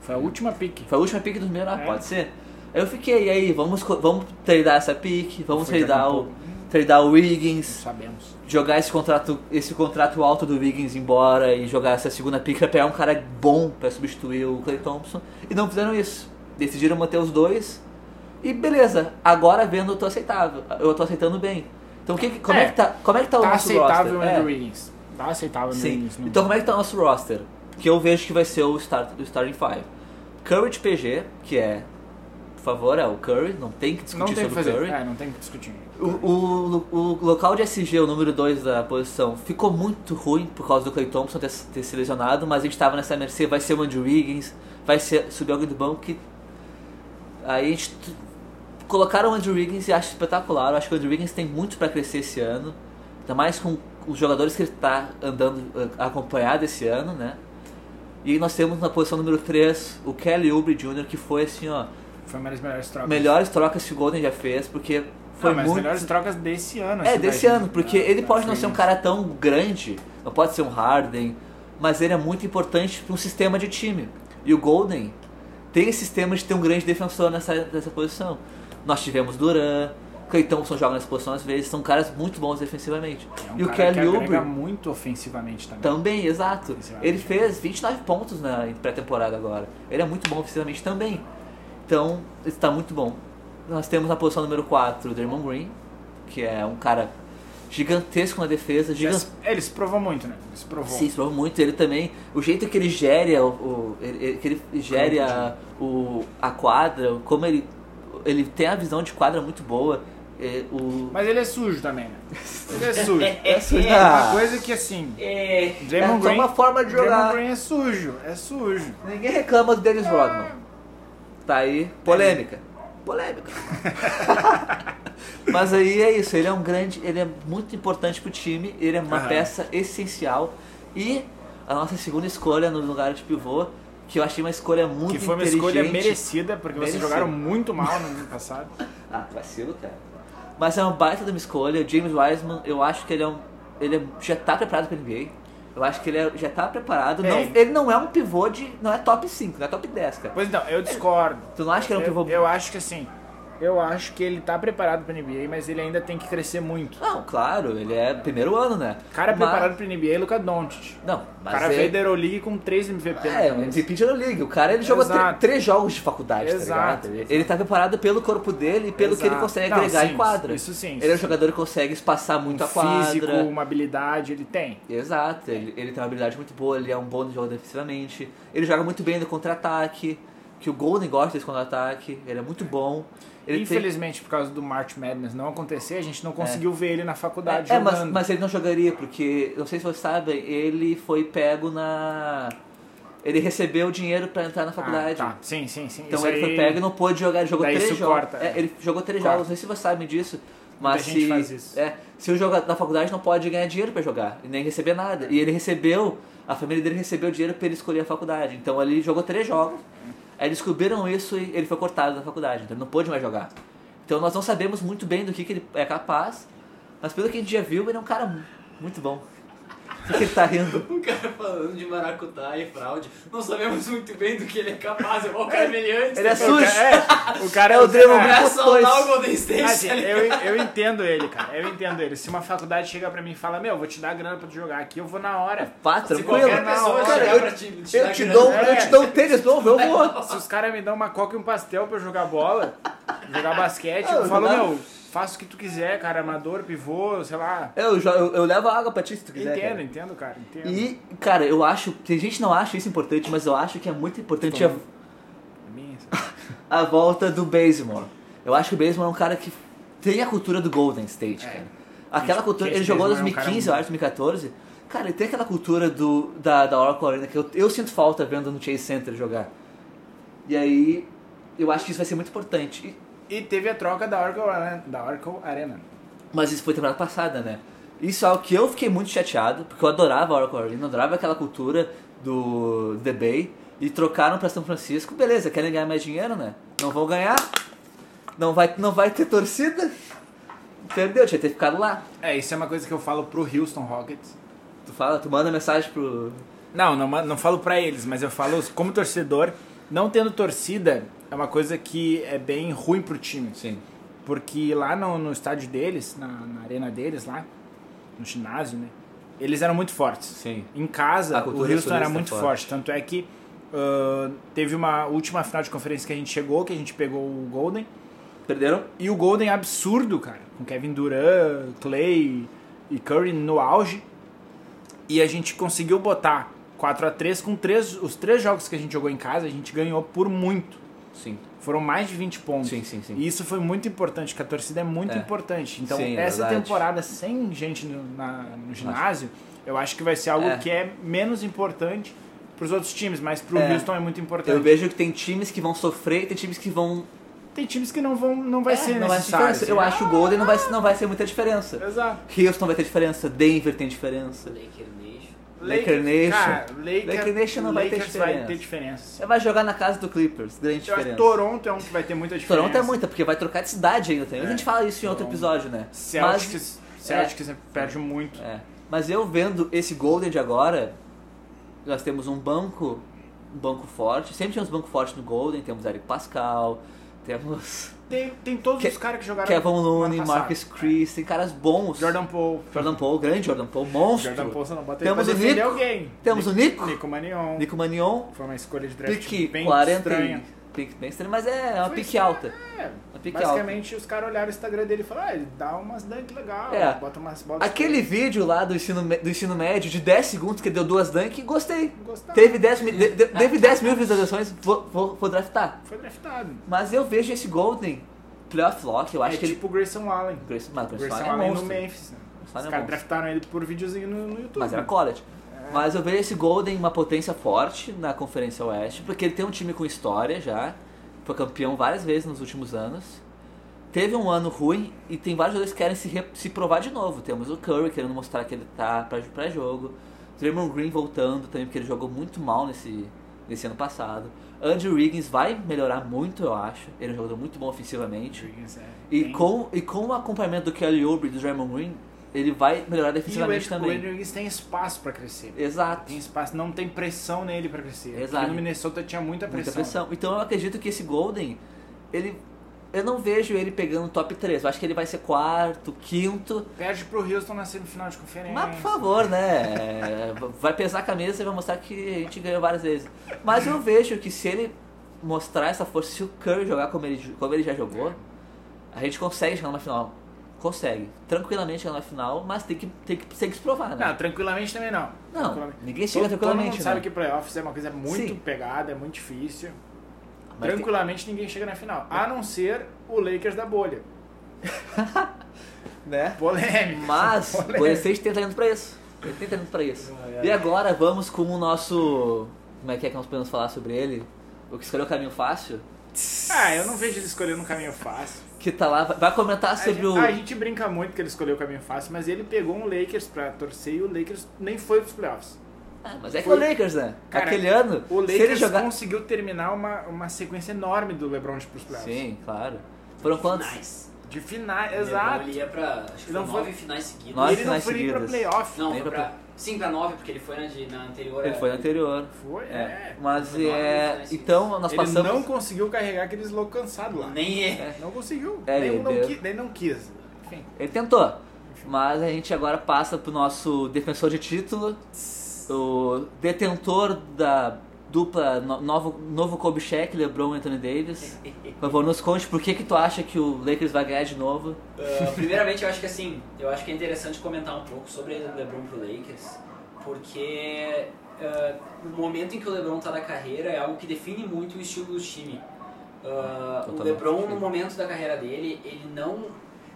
Speaker 4: Foi a última pique.
Speaker 3: Foi a última pique do primeiro, ah,
Speaker 4: É.
Speaker 3: pode ser? Aí eu fiquei, e aí, vamos, co- vamos tradar essa pique, vamos
Speaker 4: Foi
Speaker 3: tradar
Speaker 4: jogar um
Speaker 3: o,
Speaker 4: pouco.
Speaker 3: tradar o Wiggins,
Speaker 4: Sabemos.
Speaker 3: jogar esse contrato, esse contrato alto do Wiggins embora e jogar essa segunda pique pra pegar um cara bom pra substituir o Clay Thompson. E não fizeram isso. Decidiram manter os dois. E beleza, agora vendo eu tô aceitável. Eu tô aceitando bem. Então o que, que- como, é,
Speaker 4: É,
Speaker 3: que tá, como é que tá o
Speaker 4: Tá
Speaker 3: nosso
Speaker 4: aceitável o
Speaker 3: roster? É.
Speaker 4: Andrew Wiggins. Tá aceitável o Andrew
Speaker 3: Sim.
Speaker 4: Wiggins. não-
Speaker 3: Então como é que tá o nosso roster? Que eu vejo que vai ser o start do Starting Five. Curry de PG, que é, por favor, é o Curry, não tem que discutir
Speaker 4: Não tem o que
Speaker 3: sobre o
Speaker 4: fazer.
Speaker 3: Curry.
Speaker 4: É, não tem o que discutir.
Speaker 3: O, o, o local de SG, o número 2 da posição, ficou muito ruim por causa do Clay Thompson ter, ter se lesionado, mas a gente tava nessa mercê, vai ser o Andrew Wiggins, vai ser, subir alguém do banco que... Aí a gente t- colocaram o Andrew Wiggins e acho espetacular, eu acho que o Andrew Wiggins tem muito para crescer esse ano, ainda mais com os jogadores que ele tá andando eh, acompanhado esse ano, né? E nós temos na posição número 3 o Kelly Oubre Jr., que foi assim, ó,
Speaker 4: Foi uma das melhores trocas.
Speaker 3: melhores trocas que o Golden já fez, porque
Speaker 4: Não,
Speaker 3: foi
Speaker 4: Ah, mas as
Speaker 3: muito...
Speaker 4: melhores trocas desse ano.
Speaker 3: É,
Speaker 4: assim,
Speaker 3: desse
Speaker 4: da-
Speaker 3: ano, porque
Speaker 4: da-
Speaker 3: ele
Speaker 4: da
Speaker 3: pode não
Speaker 4: free
Speaker 3: ser um
Speaker 4: agency.
Speaker 3: cara tão grande, não pode ser um Harden, mas ele é muito importante para um sistema de time. E o Golden tem esse sistema de ter um grande defensor nessa, nessa posição. Nós tivemos Duran, Cleiton Thompson joga nessa posição às vezes, são caras muito bons defensivamente.
Speaker 4: É um
Speaker 3: e o
Speaker 4: cara
Speaker 3: Kelly
Speaker 4: que agrega
Speaker 3: Oubre Então,
Speaker 4: muito ofensivamente também.
Speaker 3: também, exato.
Speaker 4: Ofensivamente.
Speaker 3: Ele fez 29 pontos na pré-temporada agora. Ele é muito bom ofensivamente também. Então, está muito bom. Nós temos na posição número 4 o Draymond Green, que é um cara gigantesco na defesa,
Speaker 4: Já
Speaker 3: gigantesco.
Speaker 4: se- Ele se provou muito, né? Ele se provou.
Speaker 3: Sim, provou muito. Ele também, o jeito que ele gere, o, o- ele- ele- que ele gere a, o, a quadra, como ele, ele tem a visão de quadra muito boa. é, o,
Speaker 4: Mas ele é sujo também, né? Ele é sujo.
Speaker 2: É, é,
Speaker 3: sujo.
Speaker 2: é,
Speaker 3: Ah.
Speaker 4: Uma coisa que assim.
Speaker 2: é,
Speaker 3: é
Speaker 4: Draymond
Speaker 3: só
Speaker 4: Green,
Speaker 3: uma forma de
Speaker 4: Draymond
Speaker 3: jogar.
Speaker 4: Green é sujo, é sujo.
Speaker 3: Ninguém reclama do Dennis Rodman. Tá aí, polêmica. Polêmica. Mas aí é isso, ele é um grande, ele é muito importante pro time, ele é uma
Speaker 4: Aham.
Speaker 3: peça essencial e a nossa segunda escolha no lugar de pivô, que eu achei uma escolha muito
Speaker 4: Que foi uma
Speaker 3: inteligente.
Speaker 4: escolha merecida, porque vocês
Speaker 3: Merecida.
Speaker 4: jogaram muito mal no ano passado.
Speaker 3: Ah, vacilo, cara. Mas é uma baita de uma escolha. O James Wiseman, eu acho que ele é um. Ele é- já tá preparado pra NBA. Eu acho que ele é- já tá preparado.
Speaker 4: É.
Speaker 3: Não, ele não é um pivô de. Não é top 5, não é top 10, cara.
Speaker 4: Pois então, eu discordo.
Speaker 3: Tu não acha que ele é um pivô.
Speaker 4: Eu, eu acho que assim, eu acho que ele tá preparado pra NBA, mas ele ainda tem que crescer muito.
Speaker 3: Não, claro, ele é primeiro ano, né?
Speaker 4: Cara
Speaker 3: Mas-
Speaker 4: preparado pra NBA é Luca Doncic.
Speaker 3: Não,
Speaker 4: O
Speaker 3: mas.
Speaker 4: cara
Speaker 3: ele...
Speaker 4: veio da Euroleague com 3 MVP. na
Speaker 3: É, o
Speaker 4: cabeça.
Speaker 3: MVP de League. O cara ele jogou tre-
Speaker 4: Exato.
Speaker 3: três jogos de faculdade,
Speaker 4: Exato,
Speaker 3: tá ligado?
Speaker 4: exato.
Speaker 3: Ele tá preparado pelo corpo dele e pelo que ele
Speaker 4: Exato.
Speaker 3: consegue
Speaker 4: Não,
Speaker 3: agregar
Speaker 4: sim,
Speaker 3: em quadra.
Speaker 4: isso sim,
Speaker 3: Ele
Speaker 4: isso
Speaker 3: é um
Speaker 4: sim.
Speaker 3: jogador que consegue espaçar muito a quadra.
Speaker 4: um físico, uma habilidade, ele tem.
Speaker 3: Exato, ele, ele tem uma habilidade muito boa, ele é um bom jogador defensivamente, ele joga muito bem no contra-ataque, que o Golden gosta desse contra-ataque, ele é muito bom. Ele tem-
Speaker 4: Infelizmente, por causa do March Madness não acontecer, a gente não conseguiu ver ele na faculdade
Speaker 3: É, é, mas,
Speaker 4: jogando.
Speaker 3: mas ele não jogaria, porque, não sei se vocês sabem, ele foi pego na... Ele recebeu dinheiro pra entrar na
Speaker 4: Ah,
Speaker 3: faculdade.
Speaker 4: tá. Sim, sim, sim.
Speaker 3: Então
Speaker 4: Isso
Speaker 3: ele foi
Speaker 4: aí-
Speaker 3: pego e não pôde jogar, ele jogou
Speaker 4: Daí
Speaker 3: três
Speaker 4: isso
Speaker 3: jogos.
Speaker 4: corta,
Speaker 3: É,
Speaker 4: é.
Speaker 3: ele jogou três
Speaker 4: Corta.
Speaker 3: jogos, não sei se vocês sabem disso. Mas
Speaker 4: gente
Speaker 3: se,
Speaker 4: faz isso.
Speaker 3: É, se o jogador da faculdade não pode ganhar dinheiro pra jogar e nem receber nada. E ele recebeu, a família dele recebeu dinheiro pra ele escolher a faculdade. Então ele jogou três jogos. Aí descobriram isso e ele foi cortado da faculdade, então ele não pôde mais jogar. Então nós não sabemos muito bem do que, que ele é capaz, mas pelo que a gente já viu, ele é um cara mu- muito bom. Por que ele tá rindo?
Speaker 2: um cara falando de maracutá e fraude. Não sabemos muito bem do que ele é capaz. É o Carmeliante.
Speaker 3: Ele é
Speaker 4: O cara-
Speaker 3: sujo!
Speaker 4: é, o cara
Speaker 3: É o Draymond
Speaker 2: Pra saudar
Speaker 3: dois.
Speaker 2: o Golden State.
Speaker 4: Assim,
Speaker 2: tá ligado?
Speaker 4: eu, eu entendo ele, cara. Eu entendo ele. Se uma faculdade chega pra mim e fala, meu, vou te dar grana pra tu jogar aqui, eu vou na hora.
Speaker 3: Pá,
Speaker 2: Se
Speaker 3: tranquilo.
Speaker 2: qualquer pessoa
Speaker 4: Cara,
Speaker 2: chegar
Speaker 4: eu-
Speaker 2: pra te, te
Speaker 3: Eu
Speaker 2: dar
Speaker 3: te,
Speaker 2: grana,
Speaker 3: dou,
Speaker 4: É.
Speaker 3: eu te dou um tênis novo, eu vou.
Speaker 4: Se os caras me dão uma coca e um pastel pra eu jogar bola, jogar basquete,
Speaker 3: Ah,
Speaker 4: eu falo,
Speaker 3: jogar-
Speaker 4: meu, faça o que tu quiser, cara, amador, pivô, sei lá.
Speaker 3: Eu, jo- eu, eu levo água pra ti se tu quiser.
Speaker 4: entendo,
Speaker 3: cara.
Speaker 4: entendo, cara, entendo.
Speaker 3: E, cara, eu acho. Tem gente que não acha isso importante, mas eu acho que é muito importante a,
Speaker 4: Estou- É Minha, sabe?
Speaker 3: a volta do Basemore. Eu acho que o Basemore é um cara que tem a cultura do Golden State, cara. Aquela
Speaker 4: Acho
Speaker 3: cultura.
Speaker 4: É. que
Speaker 3: Ele
Speaker 4: esse
Speaker 3: jogou em
Speaker 4: Basemore é um cara
Speaker 3: 2015, eu
Speaker 4: muito-
Speaker 3: acho, 2014. Cara, ele tem aquela cultura do, da, da Oracle Arena que eu, eu sinto falta vendo no Chase Center jogar. E aí, eu acho que isso vai ser muito importante. E-
Speaker 4: E teve a troca da Oracle Arena. Da Oracle Arena.
Speaker 3: Mas isso foi temporada passada, né? Isso é algo que eu fiquei muito chateado, porque eu adorava a Oracle Arena, adorava aquela cultura do The Bay, e trocaram pra São Francisco, beleza, querem ganhar mais dinheiro, né? Não vão ganhar, não vai, não vai ter torcida, perdeu, tinha que ter ficado lá.
Speaker 4: É, isso é uma coisa que eu falo pro Houston Rockets.
Speaker 3: Tu fala, tu manda mensagem pro...
Speaker 4: Não, não, ma- não falo pra eles, mas eu falo como torcedor. Não tendo torcida é uma coisa que é bem ruim pro time.
Speaker 3: Sim.
Speaker 4: Porque lá no, no estádio deles, na, na arena deles lá, no ginásio, né? Eles eram muito fortes.
Speaker 3: Sim.
Speaker 4: Em casa,
Speaker 3: A
Speaker 4: o
Speaker 3: cultura
Speaker 4: Houston era
Speaker 3: sulista é
Speaker 4: muito
Speaker 3: forte.
Speaker 4: forte. Tanto é que ah, teve uma última final de conferência que a gente chegou, que a gente pegou o Golden.
Speaker 3: Perderam?
Speaker 4: E o Golden é absurdo, cara. Com Kevin Durant, Clay e Curry no auge. E a gente conseguiu botar 4 a 3 com três, os três jogos que a gente jogou em casa, a gente ganhou por muito.
Speaker 3: Sim.
Speaker 4: Foram mais de 20 pontos.
Speaker 3: Sim, sim, sim.
Speaker 4: E isso foi muito importante, que a torcida é muito
Speaker 3: É.
Speaker 4: importante. Então,
Speaker 3: Sim, é
Speaker 4: essa
Speaker 3: verdade.
Speaker 4: temporada sem gente no, na- no ginásio, eu acho que vai ser algo
Speaker 3: É.
Speaker 4: que é menos importante pros outros times, mas pro
Speaker 3: É.
Speaker 4: Houston é muito importante.
Speaker 3: Eu vejo que tem times que vão sofrer e tem times que vão...
Speaker 4: Tem times que não vão não vai
Speaker 3: É,
Speaker 4: ser
Speaker 3: não vai ser
Speaker 4: necessário.
Speaker 3: diferença. Eu acho que o Golden não vai, não vai ser muita diferença.
Speaker 4: Exato.
Speaker 3: Houston vai ter diferença, Denver tem diferença.
Speaker 2: Laker Nation.
Speaker 3: Laker Nation.
Speaker 4: Cara, Laker,
Speaker 3: Laker Nation não vai ter
Speaker 4: Lakers
Speaker 3: diferença.
Speaker 4: Vai ter diferença.
Speaker 3: Você vai jogar na casa do Clippers,
Speaker 4: Eu
Speaker 3: grande
Speaker 4: acho que
Speaker 3: diferença.
Speaker 4: Toronto é um que vai ter muita diferença.
Speaker 3: Toronto é muita, porque vai trocar de cidade ainda também. A gente fala isso em outro episódio, né? é. Mas,
Speaker 4: É. Celtics, Celtics perde muito.
Speaker 3: é. Mas eu vendo esse Golden de agora, nós temos um banco banco forte. Sempre tínhamos banco forte no Golden, temos Eric Pascal, temos
Speaker 4: Tem, tem todos
Speaker 3: Ke-
Speaker 4: os caras que jogaram.
Speaker 3: Kevin
Speaker 4: ano
Speaker 3: Looney,
Speaker 4: passado. É.
Speaker 3: Marcus Chris, tem caras bons.
Speaker 4: né? Jordan Poole.
Speaker 3: Jordan Poole, grande Jordan Poole, monstro.
Speaker 4: Jordan Poole, você não bota
Speaker 3: Temos
Speaker 4: ele
Speaker 3: o
Speaker 4: pra defender
Speaker 3: Nico.
Speaker 4: alguém.
Speaker 3: Temos o Nico.
Speaker 4: Nico Manion.
Speaker 3: Nico Manion,
Speaker 4: Foi uma escolha de draft
Speaker 3: pique
Speaker 4: bem
Speaker 3: 40
Speaker 4: estranha.
Speaker 3: e... Pique bem estranho, mas é uma
Speaker 4: Foi
Speaker 3: pique
Speaker 4: estranho,
Speaker 3: alta.
Speaker 4: É,
Speaker 3: Uma pique
Speaker 4: basicamente os caras olharam o Instagram dele e falaram, ah, ele dá umas dunk legal,
Speaker 3: É.
Speaker 4: bota umas bolas.
Speaker 3: Aquele vídeo lá do ensino, me- do ensino médio de 10 segundos que deu duas dunk, gostei.
Speaker 4: Gostava.
Speaker 3: Teve 10, mi-
Speaker 4: É.
Speaker 3: de- de- teve 10 mil visualizações, vou, vou, vou draftar.
Speaker 4: Foi draftado.
Speaker 3: Mas eu vejo esse Golden playoff lock, eu acho
Speaker 4: é
Speaker 3: que
Speaker 4: tipo o Grayson Allen.
Speaker 3: ele. Grayson, mas o Grayson
Speaker 4: Grayson
Speaker 3: Allen é
Speaker 4: Allen no
Speaker 3: monstro.
Speaker 4: Memphis. Né? Os
Speaker 3: Allen
Speaker 4: caras
Speaker 3: é monstro.
Speaker 4: draftaram ele por videozinho no, no YouTube.
Speaker 3: Mas era
Speaker 4: né?
Speaker 3: college. Mas eu vejo esse Golden uma potência forte na Conferência Oeste, porque ele tem um time com história já, foi campeão várias vezes nos últimos anos. Teve um ano ruim e tem vários jogadores que querem se, re- se provar de novo. Temos o Curry querendo mostrar que ele tá pra, pra jogo. Draymond Green voltando também, porque ele jogou muito mal nesse, nesse ano passado. Andrew Wiggins vai melhorar muito, eu acho. Ele é um jogador muito bom ofensivamente.
Speaker 4: Wiggins, é.
Speaker 3: E
Speaker 4: Tem-
Speaker 3: com, e com o acompanhamento do Kelly Oubre e do Draymond Green, ele vai melhorar
Speaker 4: E o
Speaker 3: defensivamente
Speaker 4: Ed- o
Speaker 3: também.
Speaker 4: Andrew Wiggins tem espaço pra crescer.
Speaker 3: Exato.
Speaker 4: Tem espaço, não tem pressão nele pra crescer. Porque
Speaker 3: Exato.
Speaker 4: no Minnesota tinha muita
Speaker 3: Muita
Speaker 4: pressão.
Speaker 3: pressão. Então eu acredito que esse Golden, ele. Eu não vejo ele pegando top 3. Eu acho que ele vai ser quarto, quinto.
Speaker 4: Perde pro Houston na semifinal de conferência.
Speaker 3: Mas por favor, né? É, Vai pesar a camisa e vai mostrar que a gente ganhou várias vezes. Mas eu vejo que se ele mostrar essa força, se o Curry jogar como ele, como ele já jogou, a gente consegue chegar numa final. Consegue. Tranquilamente chegar numa final, mas tem que, tem que, tem que se provar,
Speaker 4: Não,
Speaker 3: né?
Speaker 4: tranquilamente também não.
Speaker 3: Não,
Speaker 4: Tranquilamente.
Speaker 3: ninguém chega
Speaker 4: Todo-
Speaker 3: tranquilamente,
Speaker 4: Todo mundo
Speaker 3: né?
Speaker 4: sabe que playoffs é uma coisa muito
Speaker 3: Sim.
Speaker 4: pegada, é muito difícil.
Speaker 3: Mas tem- É.
Speaker 4: Tranquilamente ninguém chega na final. A não ser o Lakers da bolha.
Speaker 3: né?
Speaker 4: Polêmica.
Speaker 3: Mas o
Speaker 4: Polêmica.
Speaker 3: Golden State tem talento pra isso. Ele tem talento pra isso. E agora vamos com o nosso. Como é que é que nós podemos falar sobre ele? O que escolheu o caminho fácil?
Speaker 4: Ah, eu não vejo ele escolhendo um caminho fácil.
Speaker 3: Que tá lá, vai comentar
Speaker 4: A
Speaker 3: sobre
Speaker 4: gente,
Speaker 3: o.
Speaker 4: a gente brinca muito que ele escolheu o caminho fácil, mas ele pegou um Lakers pra torcer e o Lakers nem foi pros playoffs.
Speaker 3: Ah, mas é que
Speaker 4: foi-
Speaker 3: o Lakers, né?
Speaker 4: Cara,
Speaker 3: Aquele ano,
Speaker 4: O
Speaker 3: se ele
Speaker 4: Lakers
Speaker 3: jogar.
Speaker 4: conseguiu terminar uma, uma sequência enorme do LeBron de pros playoffs.
Speaker 3: Sim, claro. Foram quantos?
Speaker 2: Finais.
Speaker 4: De finais,
Speaker 2: Ele
Speaker 4: exato.
Speaker 2: ia pra. Acho que
Speaker 4: Não
Speaker 2: foi
Speaker 4: foi-
Speaker 2: nove finais seguidas.
Speaker 3: Nove
Speaker 4: ele não
Speaker 3: finais
Speaker 4: foi nem pra
Speaker 3: seguidas.
Speaker 4: playoff.
Speaker 2: Não,
Speaker 3: Nem
Speaker 2: foi
Speaker 3: pra-
Speaker 2: pra 5 a 9, porque ele foi na, de- na anterior.
Speaker 3: Ele foi no anterior.
Speaker 4: Foi,
Speaker 3: É.
Speaker 4: é.
Speaker 3: Mas
Speaker 2: Foi nove
Speaker 3: é.
Speaker 2: finais
Speaker 3: Então nós
Speaker 4: Ele
Speaker 3: passamos.
Speaker 4: não conseguiu carregar aqueles loucos cansados lá.
Speaker 2: Nem ele.
Speaker 4: Não conseguiu.
Speaker 3: É,
Speaker 4: nem,
Speaker 3: ele
Speaker 4: um não
Speaker 3: deu.
Speaker 4: qui- nem não quis. Enfim.
Speaker 3: Ele tentou. Mas a gente agora passa pro nosso defensor de título, o detentor da dupla no- novo, novo Kobe Shaq, LeBron e Anthony Davis. Por favor, nos conte por que que tu acha que o Lakers vai ganhar de novo.
Speaker 2: Ah, primeiramente, eu acho que assim, eu acho que é interessante comentar um pouco sobre o LeBron pro Lakers, porque ah, o momento em que o LeBron tá na carreira é algo que define muito o estilo do time. Ah, o
Speaker 3: Totalmente.
Speaker 2: LeBron no momento da carreira dele, ele não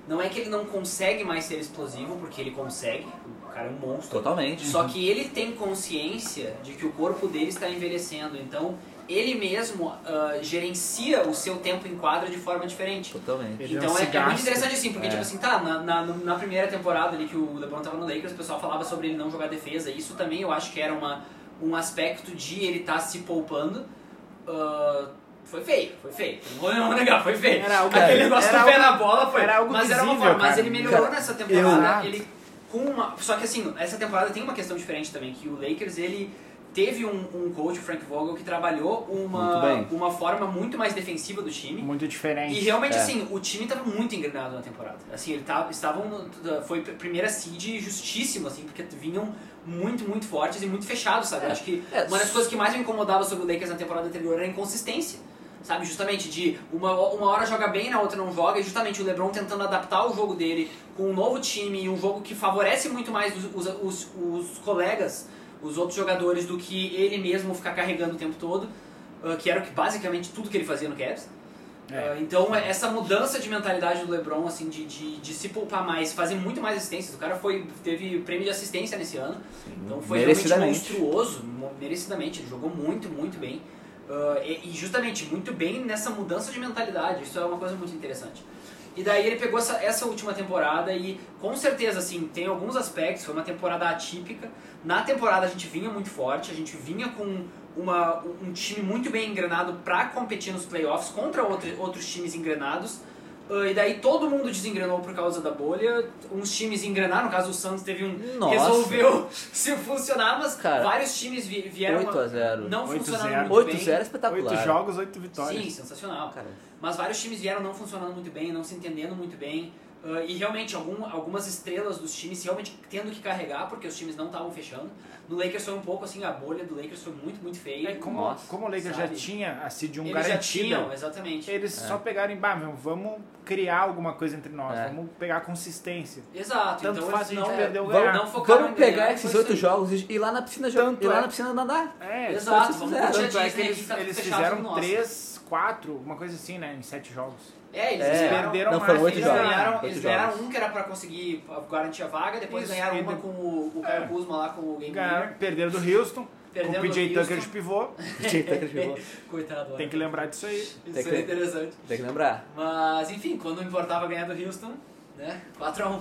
Speaker 2: não é que ele não consegue mais ser explosivo, porque ele consegue, o cara é um monstro.
Speaker 3: Totalmente.
Speaker 2: Só que ele tem consciência de que o corpo dele está envelhecendo, então ele mesmo ah, gerencia o seu tempo em quadra de forma diferente.
Speaker 3: Totalmente.
Speaker 4: Ele
Speaker 2: Então
Speaker 4: não
Speaker 2: é,
Speaker 4: se
Speaker 2: é muito
Speaker 4: gasta.
Speaker 2: interessante assim, porque tipo assim, tá, na, na, na primeira temporada ali que o LeBron tava no Lakers, o pessoal falava sobre ele não jogar defesa, e isso também eu acho que era uma, um aspecto de ele estar se poupando. Ah, foi feio, foi feio. Não vou, não vou negar, foi feio.
Speaker 4: Era algo-
Speaker 2: Aquele
Speaker 4: cara,
Speaker 2: negócio
Speaker 4: era
Speaker 2: do pé
Speaker 4: algo-
Speaker 2: na bola foi.
Speaker 4: era algo
Speaker 2: mas era uma
Speaker 4: visível,
Speaker 2: forma, mas
Speaker 4: cara.
Speaker 2: ele melhorou
Speaker 3: Cara,
Speaker 2: nessa temporada.
Speaker 4: eu-
Speaker 2: Ele com uma, só que assim, essa temporada tem uma questão diferente também, que o Lakers ele teve um, um coach, o Frank Vogel, que trabalhou uma,
Speaker 3: Muito
Speaker 2: uma forma muito mais defensiva do time.
Speaker 4: Muito diferente.
Speaker 2: E realmente,
Speaker 3: É.
Speaker 2: assim, o time tava muito engrenado na temporada. Assim, ele tava, estavam. no- Foi a primeira seed justíssimo, assim, porque vinham muito, muito fortes e muito fechados, sabe?
Speaker 3: É.
Speaker 2: Acho que
Speaker 3: É,
Speaker 2: uma das
Speaker 3: s-
Speaker 2: coisas que mais me incomodava sobre o Lakers na temporada anterior era a inconsistência. Sabe, justamente de uma, uma hora joga bem, na outra não joga, e justamente o LeBron tentando adaptar o jogo dele com um novo time e um jogo que favorece muito mais os, os, os, os colegas, os outros jogadores, do que ele mesmo ficar carregando o tempo todo, ah, que era o que basicamente tudo que ele fazia no Cavs.
Speaker 4: É.
Speaker 2: Uh, então, essa mudança de mentalidade do LeBron, assim, de, de, de se poupar mais, fazer muito mais assistências. O cara foi, teve prêmio de assistência nesse ano. então foi realmente
Speaker 3: merecidamente.
Speaker 2: monstruoso, mo- merecidamente. Ele jogou muito, muito bem. Uh, e, e justamente, muito bem nessa mudança de mentalidade. Isso é uma coisa muito interessante. E daí ele pegou essa, essa última temporada e, com certeza, assim, tem alguns aspectos. Foi uma temporada atípica. Na temporada a gente vinha muito forte, a gente vinha com uma, um time muito bem engrenado pra competir nos playoffs contra outro, outros times engrenados. Ah, E daí todo mundo desengrenou por causa da bolha. Uns times engrenaram, no caso o Santos teve um.
Speaker 3: Nossa.
Speaker 2: Resolveu se funcionar, mas
Speaker 3: Cara,
Speaker 2: vários times vi- vieram.
Speaker 3: 8 a 0.
Speaker 2: Não
Speaker 4: 8 a 0.
Speaker 2: funcionaram muito bem.
Speaker 3: 8-0 é espetacular.
Speaker 5: Oito jogos, oito vitórias.
Speaker 2: Sim, sensacional.
Speaker 3: Cara.
Speaker 2: Mas vários times vieram não funcionando muito bem, não se entendendo muito bem. ah, e realmente, algum, algumas estrelas dos times realmente tendo que carregar, porque os times não estavam fechando. No Lakers foi um pouco assim, a bolha do Lakers foi muito, muito feia.
Speaker 4: É, como,
Speaker 3: Nossa,
Speaker 4: como o Lakers já
Speaker 2: sabe?
Speaker 4: tinha assim, um a Cid 1
Speaker 2: Eles já
Speaker 3: um
Speaker 2: tinham,
Speaker 4: garantida,
Speaker 2: exatamente.
Speaker 4: eles só pegaram em bah, meu, vamos criar alguma coisa entre nós,
Speaker 3: É.
Speaker 4: vamos pegar consistência.
Speaker 2: Exato,
Speaker 4: Tanto
Speaker 2: então
Speaker 4: faz, a
Speaker 2: eles
Speaker 4: gente
Speaker 2: não,
Speaker 4: perdeu,
Speaker 2: não,
Speaker 4: ganhar.
Speaker 2: não focaram
Speaker 3: Vamos
Speaker 2: em ganhar,
Speaker 3: pegar
Speaker 2: foi
Speaker 3: esses
Speaker 2: isso
Speaker 3: oito
Speaker 2: aí.
Speaker 3: jogos e ir lá na piscina jogar.
Speaker 4: Tanto
Speaker 3: Ir lá
Speaker 4: é-
Speaker 3: na piscina nadar.
Speaker 4: É,
Speaker 2: Exato,
Speaker 3: Tanto
Speaker 2: vamos
Speaker 3: é
Speaker 2: curtir a
Speaker 4: tanto é que
Speaker 2: Disney
Speaker 4: eles,
Speaker 2: que tá
Speaker 4: eles
Speaker 2: fechado com
Speaker 4: fizeram
Speaker 2: nós.
Speaker 4: 3, 4, uma coisa assim, né, em 7 jogos.
Speaker 2: É, eles
Speaker 3: É,
Speaker 2: ganharam.
Speaker 4: perderam
Speaker 3: não,
Speaker 4: mais,
Speaker 3: foram oito
Speaker 2: Eles
Speaker 3: jogos.
Speaker 2: ganharam,
Speaker 3: oito
Speaker 2: eles ganharam
Speaker 3: jogos.
Speaker 2: um que era pra conseguir garantir a vaga, depois
Speaker 4: Isso,
Speaker 2: ganharam
Speaker 4: e
Speaker 2: uma
Speaker 4: de- É.
Speaker 2: com o, com o Caio Kuzma lá com o Game
Speaker 4: Ganharam, perderam do Houston,
Speaker 2: Perderam
Speaker 4: com o
Speaker 2: do
Speaker 4: PJ Tucker
Speaker 2: Houston.
Speaker 4: de pivô.
Speaker 3: Tinha que ter que-
Speaker 2: Winner. Coitado. né?
Speaker 4: Tem que lembrar disso aí.
Speaker 2: Isso
Speaker 3: tem que-
Speaker 2: é interessante.
Speaker 3: Tem que lembrar.
Speaker 2: Mas, enfim, quando importava ganhar do Houston, né? 4x1.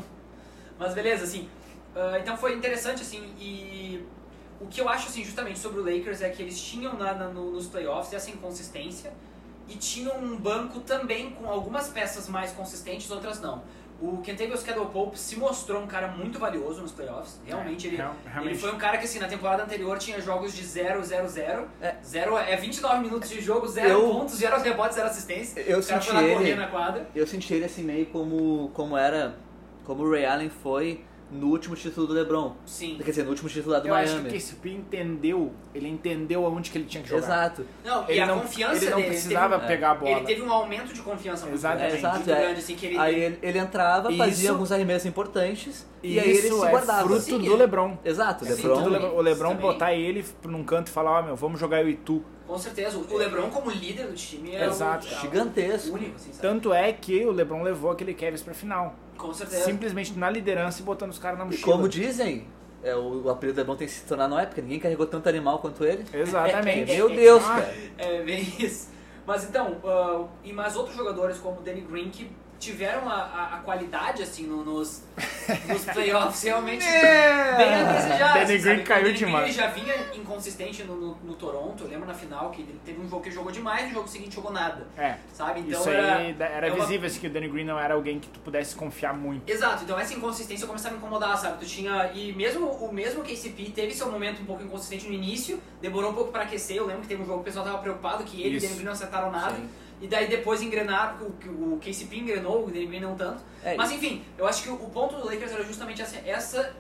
Speaker 2: Mas beleza, assim. ah, então foi interessante, assim, e o que eu acho, assim, justamente sobre o Lakers é que eles tinham na, na- no- nos playoffs essa inconsistência e tinham um banco também com algumas peças mais consistentes, outras não. O Kentavious Caldwell Pope se mostrou um cara muito valioso nos playoffs. Realmente,
Speaker 4: É,
Speaker 2: ele,
Speaker 4: real- realmente.
Speaker 2: ele foi um cara que, assim, na temporada anterior tinha jogos de 0, 0, 0.
Speaker 3: É.
Speaker 2: 0 é 29 minutos de jogo, 0
Speaker 3: Eu-
Speaker 2: pontos, 0 rebotes, 0 assistência.
Speaker 3: Eu
Speaker 2: o cara
Speaker 3: senti
Speaker 2: foi lá correr
Speaker 3: ele-
Speaker 2: na quadra.
Speaker 3: Eu senti ele assim meio como, como era. Como o Ray Allen foi no último título do LeBron.
Speaker 2: Sim.
Speaker 3: Quer dizer, no último título lá do
Speaker 4: Eu
Speaker 3: Miami.
Speaker 4: acho que o KCP entendeu, ele entendeu aonde que ele tinha que jogar.
Speaker 3: Exato.
Speaker 2: Não,
Speaker 4: Ele
Speaker 2: e a
Speaker 4: não,
Speaker 2: confiança
Speaker 4: ele não
Speaker 2: dele.
Speaker 4: precisava
Speaker 2: teve, um-
Speaker 4: pegar a bola.
Speaker 2: Ele teve um aumento de confiança muito
Speaker 4: Exatamente.
Speaker 2: grande.
Speaker 3: É, exato,
Speaker 2: muito
Speaker 3: é.
Speaker 2: grande, assim, que ele.
Speaker 3: Aí ele, ele entrava,
Speaker 4: E
Speaker 3: fazia
Speaker 4: isso-
Speaker 3: alguns arremessos importantes e,
Speaker 4: E
Speaker 3: aí ele se
Speaker 4: isso é
Speaker 3: guardava.
Speaker 4: fruto
Speaker 2: Sim,
Speaker 4: do
Speaker 2: ele-
Speaker 4: LeBron.
Speaker 3: Exato, o
Speaker 2: Sim,
Speaker 4: Fruto do
Speaker 3: LeBron.
Speaker 2: também.
Speaker 4: Lebron. O LeBron
Speaker 2: Também.
Speaker 4: botar ele num canto e falar, ó meu, vamos jogar eu e tu.
Speaker 2: Com certeza, o Lebron como líder do time é
Speaker 4: Exato,
Speaker 2: um, é um
Speaker 3: gigantesco.
Speaker 2: único, assim, sabe?
Speaker 4: Tanto é que o LeBron levou aquele Cavs pra final.
Speaker 2: Com certeza.
Speaker 4: Simplesmente na liderança e botando os caras na
Speaker 3: E
Speaker 4: mochila.
Speaker 3: como dizem, é, o, o apelido do LeBron tem que se tornar não é, porque ninguém carregou tanto animal quanto ele.
Speaker 4: Exatamente.
Speaker 3: Meu Deus,
Speaker 4: Ah,
Speaker 3: cara.
Speaker 2: É bem isso. Mas então, ah, e mais outros jogadores como o Danny Green que tiveram a, a- a qualidade, assim, no- nos, nos playoffs realmente
Speaker 4: É,
Speaker 2: bem a desejar.
Speaker 4: Ah, Danny
Speaker 2: assim,
Speaker 4: Green
Speaker 2: sabe?
Speaker 4: caiu
Speaker 2: o Danny Green
Speaker 4: demais.
Speaker 2: já vinha inconsistente no, no, no Toronto, eu lembro na final que ele teve um jogo que ele jogou demais e no jogo seguinte jogou nada.
Speaker 4: É.
Speaker 2: Sabe? Então
Speaker 4: Isso
Speaker 2: era,
Speaker 4: aí da- era
Speaker 2: é uma-
Speaker 4: visível assim, que o Danny Green não era alguém que tu pudesse confiar muito.
Speaker 2: Exato, então essa inconsistência começava a me incomodar, sabe? Tu tinha. E mesmo o mesmo KCP teve seu momento um pouco inconsistente no início, demorou um pouco pra aquecer. Eu lembro que teve um jogo que o pessoal tava preocupado que ele e
Speaker 4: Isso.
Speaker 2: o Danny Green não acertaram nada.
Speaker 3: Sim.
Speaker 2: E daí depois engrenaram, que o, que o KCP engrenou, o Danny Green não tanto.
Speaker 3: É,
Speaker 2: Mas enfim, eu acho que o ponto do Lakers era justamente essa, essa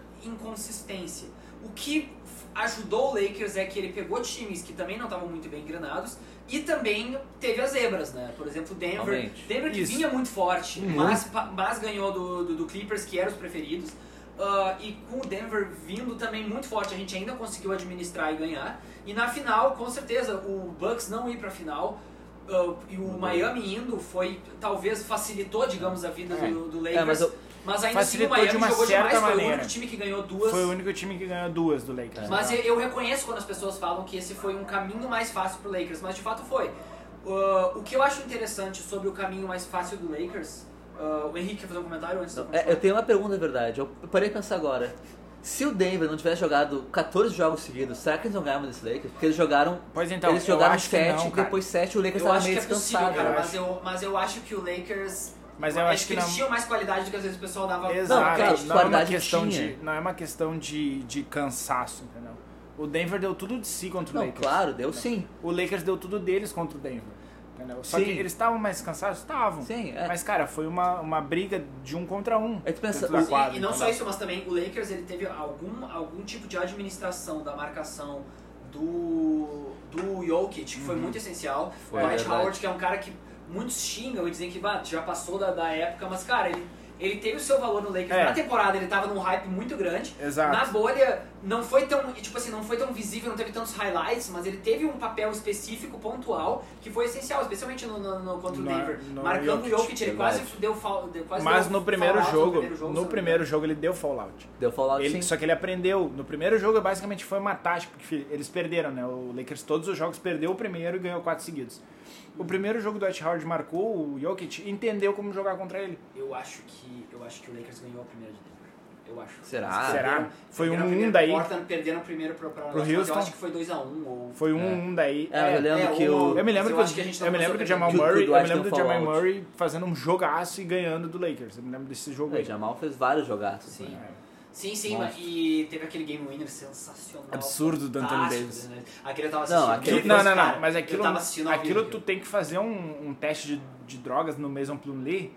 Speaker 2: inconsistência. O que f- ajudou o Lakers é que ele pegou times que também não estavam muito bem engrenados e também teve as zebras, né? Por exemplo, o Denver.
Speaker 3: Realmente.
Speaker 2: Denver que
Speaker 4: Isso. Uhum.
Speaker 2: vinha muito forte, mas, pa- mas ganhou do, do, do Clippers, que eram os preferidos. Ah, e com o Denver vindo também muito forte, a gente ainda conseguiu administrar e ganhar. E na final, com certeza, o Bucks não ir pra final. ah, e
Speaker 4: Uhum.
Speaker 2: o Miami indo foi, talvez facilitou, digamos, a vida
Speaker 4: É.
Speaker 2: do, do Lakers.
Speaker 3: É, mas eu-
Speaker 2: Mas ainda assim o
Speaker 4: Facilitou
Speaker 2: Miami
Speaker 4: de uma
Speaker 2: jogou
Speaker 4: certa
Speaker 2: demais, foi o
Speaker 4: maneira.
Speaker 2: único time que ganhou duas.
Speaker 4: Foi o único time que ganhou duas do Lakers. né?
Speaker 2: Mas é- eu, eu reconheço quando as pessoas falam que esse foi um caminho mais fácil pro Lakers, mas de fato foi. Uh, o que eu acho interessante sobre o caminho mais fácil do Lakers, uh, o Henrique quer fazer um comentário antes da
Speaker 3: É, eu tenho uma pergunta, na verdade. Eu parei de pensar agora. Se o Denver não tivesse jogado 14 jogos seguidos, será que eles não ganhavam desse Lakers? Porque eles jogaram.
Speaker 4: Pois então,
Speaker 3: eles
Speaker 4: eu
Speaker 3: jogaram
Speaker 4: acho que
Speaker 3: 7
Speaker 4: não, cara.
Speaker 3: depois 7 o Lakers
Speaker 2: Eu
Speaker 3: estava
Speaker 2: acho que
Speaker 3: um meio
Speaker 2: é possível,
Speaker 3: descansado.
Speaker 2: cara,
Speaker 4: eu
Speaker 2: mas
Speaker 4: acho.
Speaker 2: eu, mas eu acho que o Lakers.
Speaker 4: Mas eu acho que
Speaker 2: eles
Speaker 4: não-
Speaker 2: tinham mais qualidade do que às vezes o pessoal dava.
Speaker 3: Não,
Speaker 4: Exato.
Speaker 3: cara,
Speaker 4: Não, é uma
Speaker 3: qualidade
Speaker 4: questão
Speaker 3: tinha.
Speaker 4: de, não é uma questão de, de cansaço, entendeu? O Denver deu tudo de si contra o
Speaker 3: Não,
Speaker 4: Lakers.
Speaker 3: claro, deu sim.
Speaker 4: O Lakers deu tudo deles contra o Denver. Entendeu? Só
Speaker 3: Sim.
Speaker 4: que eles estavam mais cansados? Estavam.
Speaker 3: Sim, é.
Speaker 4: Mas, cara, foi uma, uma briga de um contra um.
Speaker 3: Aí tu pensa,
Speaker 4: dentro da
Speaker 3: o-
Speaker 4: quadra,
Speaker 2: E, e não só
Speaker 4: entendeu?
Speaker 2: isso, mas também o Lakers ele teve algum, algum tipo de administração da marcação do, do Jokic, que foi
Speaker 4: Uhum.
Speaker 2: muito essencial. o
Speaker 3: Foi, é
Speaker 2: Dwight
Speaker 3: verdade.
Speaker 2: Howard, que é um cara que muitos xingam e dizem que bah, já passou da, da época, mas cara, ele, ele teve o seu valor no Lakers.
Speaker 4: É.
Speaker 2: Na temporada ele tava num hype muito grande.
Speaker 4: Exato.
Speaker 2: Na bolha não foi tão, tipo assim, não foi tão visível, não teve tantos highlights, mas ele teve um papel específico, pontual, que foi essencial, especialmente no, no, no contra o
Speaker 4: No-
Speaker 2: Denver.
Speaker 4: no
Speaker 2: Marcando
Speaker 4: Jokic,
Speaker 2: o Jokic, ele
Speaker 3: verdade.
Speaker 2: quase deu fal- deu- quase
Speaker 4: Mas
Speaker 2: deu
Speaker 4: no primeiro
Speaker 2: fallout
Speaker 4: jogo,
Speaker 2: se eu
Speaker 4: no
Speaker 2: não
Speaker 4: primeiro jogo ele deu fallout.
Speaker 3: Deu fallout
Speaker 4: Ele,
Speaker 3: Ah, sim.
Speaker 4: só que ele aprendeu. No primeiro jogo, é basicamente, foi uma tática, porque fi- eles perderam, né? O Lakers, todos os jogos, perdeu o primeiro e ganhou quatro seguidos. O primeiro jogo do Dwight Howard marcou, o Jokic entendeu como jogar contra ele.
Speaker 2: Eu acho que eu acho que o Lakers ganhou a primeira de Denver. Eu eu acho.
Speaker 3: Será?
Speaker 2: é.
Speaker 4: Será? Foi
Speaker 2: Perderam o
Speaker 4: um, um
Speaker 2: primeiro
Speaker 4: daí.
Speaker 2: pro Portland, perderam o primeiro pro, pra-
Speaker 4: Pro
Speaker 2: eu acho-
Speaker 4: Houston?
Speaker 2: Eu acho que foi 2x1 ou...
Speaker 4: Foi um, um daí.
Speaker 3: É, eu lembro
Speaker 2: É,
Speaker 3: que
Speaker 2: um-
Speaker 3: o.
Speaker 4: Eu me
Speaker 2: Mas
Speaker 4: lembro
Speaker 2: eu
Speaker 4: que,
Speaker 2: acho que a gente não
Speaker 4: eu me lembro
Speaker 2: passou
Speaker 4: do Jamal
Speaker 3: pelo-
Speaker 4: Murray,
Speaker 3: Que o
Speaker 4: eu me
Speaker 3: Dwight
Speaker 4: lembro do
Speaker 3: deu
Speaker 4: Jamal
Speaker 3: fallout.
Speaker 4: Murray fazendo um jogaço e ganhando do Lakers. Eu me lembro desse jogo
Speaker 3: O
Speaker 4: aí.
Speaker 3: Jamal fez vários jogaços.
Speaker 2: Sim. é.
Speaker 3: né?
Speaker 2: Sim, sim,
Speaker 3: Monstro.
Speaker 2: e teve aquele game winner sensacional.
Speaker 4: Absurdo do Anthony
Speaker 2: fantástico,
Speaker 4: Davis.
Speaker 2: né? Aquele eu tava
Speaker 3: Não,
Speaker 2: assistindo.
Speaker 3: aquele
Speaker 2: eu
Speaker 3: foi-
Speaker 4: não,
Speaker 2: falei,
Speaker 4: não, não,
Speaker 2: assim, cara,
Speaker 4: mas aquilo,
Speaker 2: Eu tava assistindo ao
Speaker 4: aquilo
Speaker 2: vivo.
Speaker 4: tu tem que fazer um, um teste de, de drogas no Mason Plumlee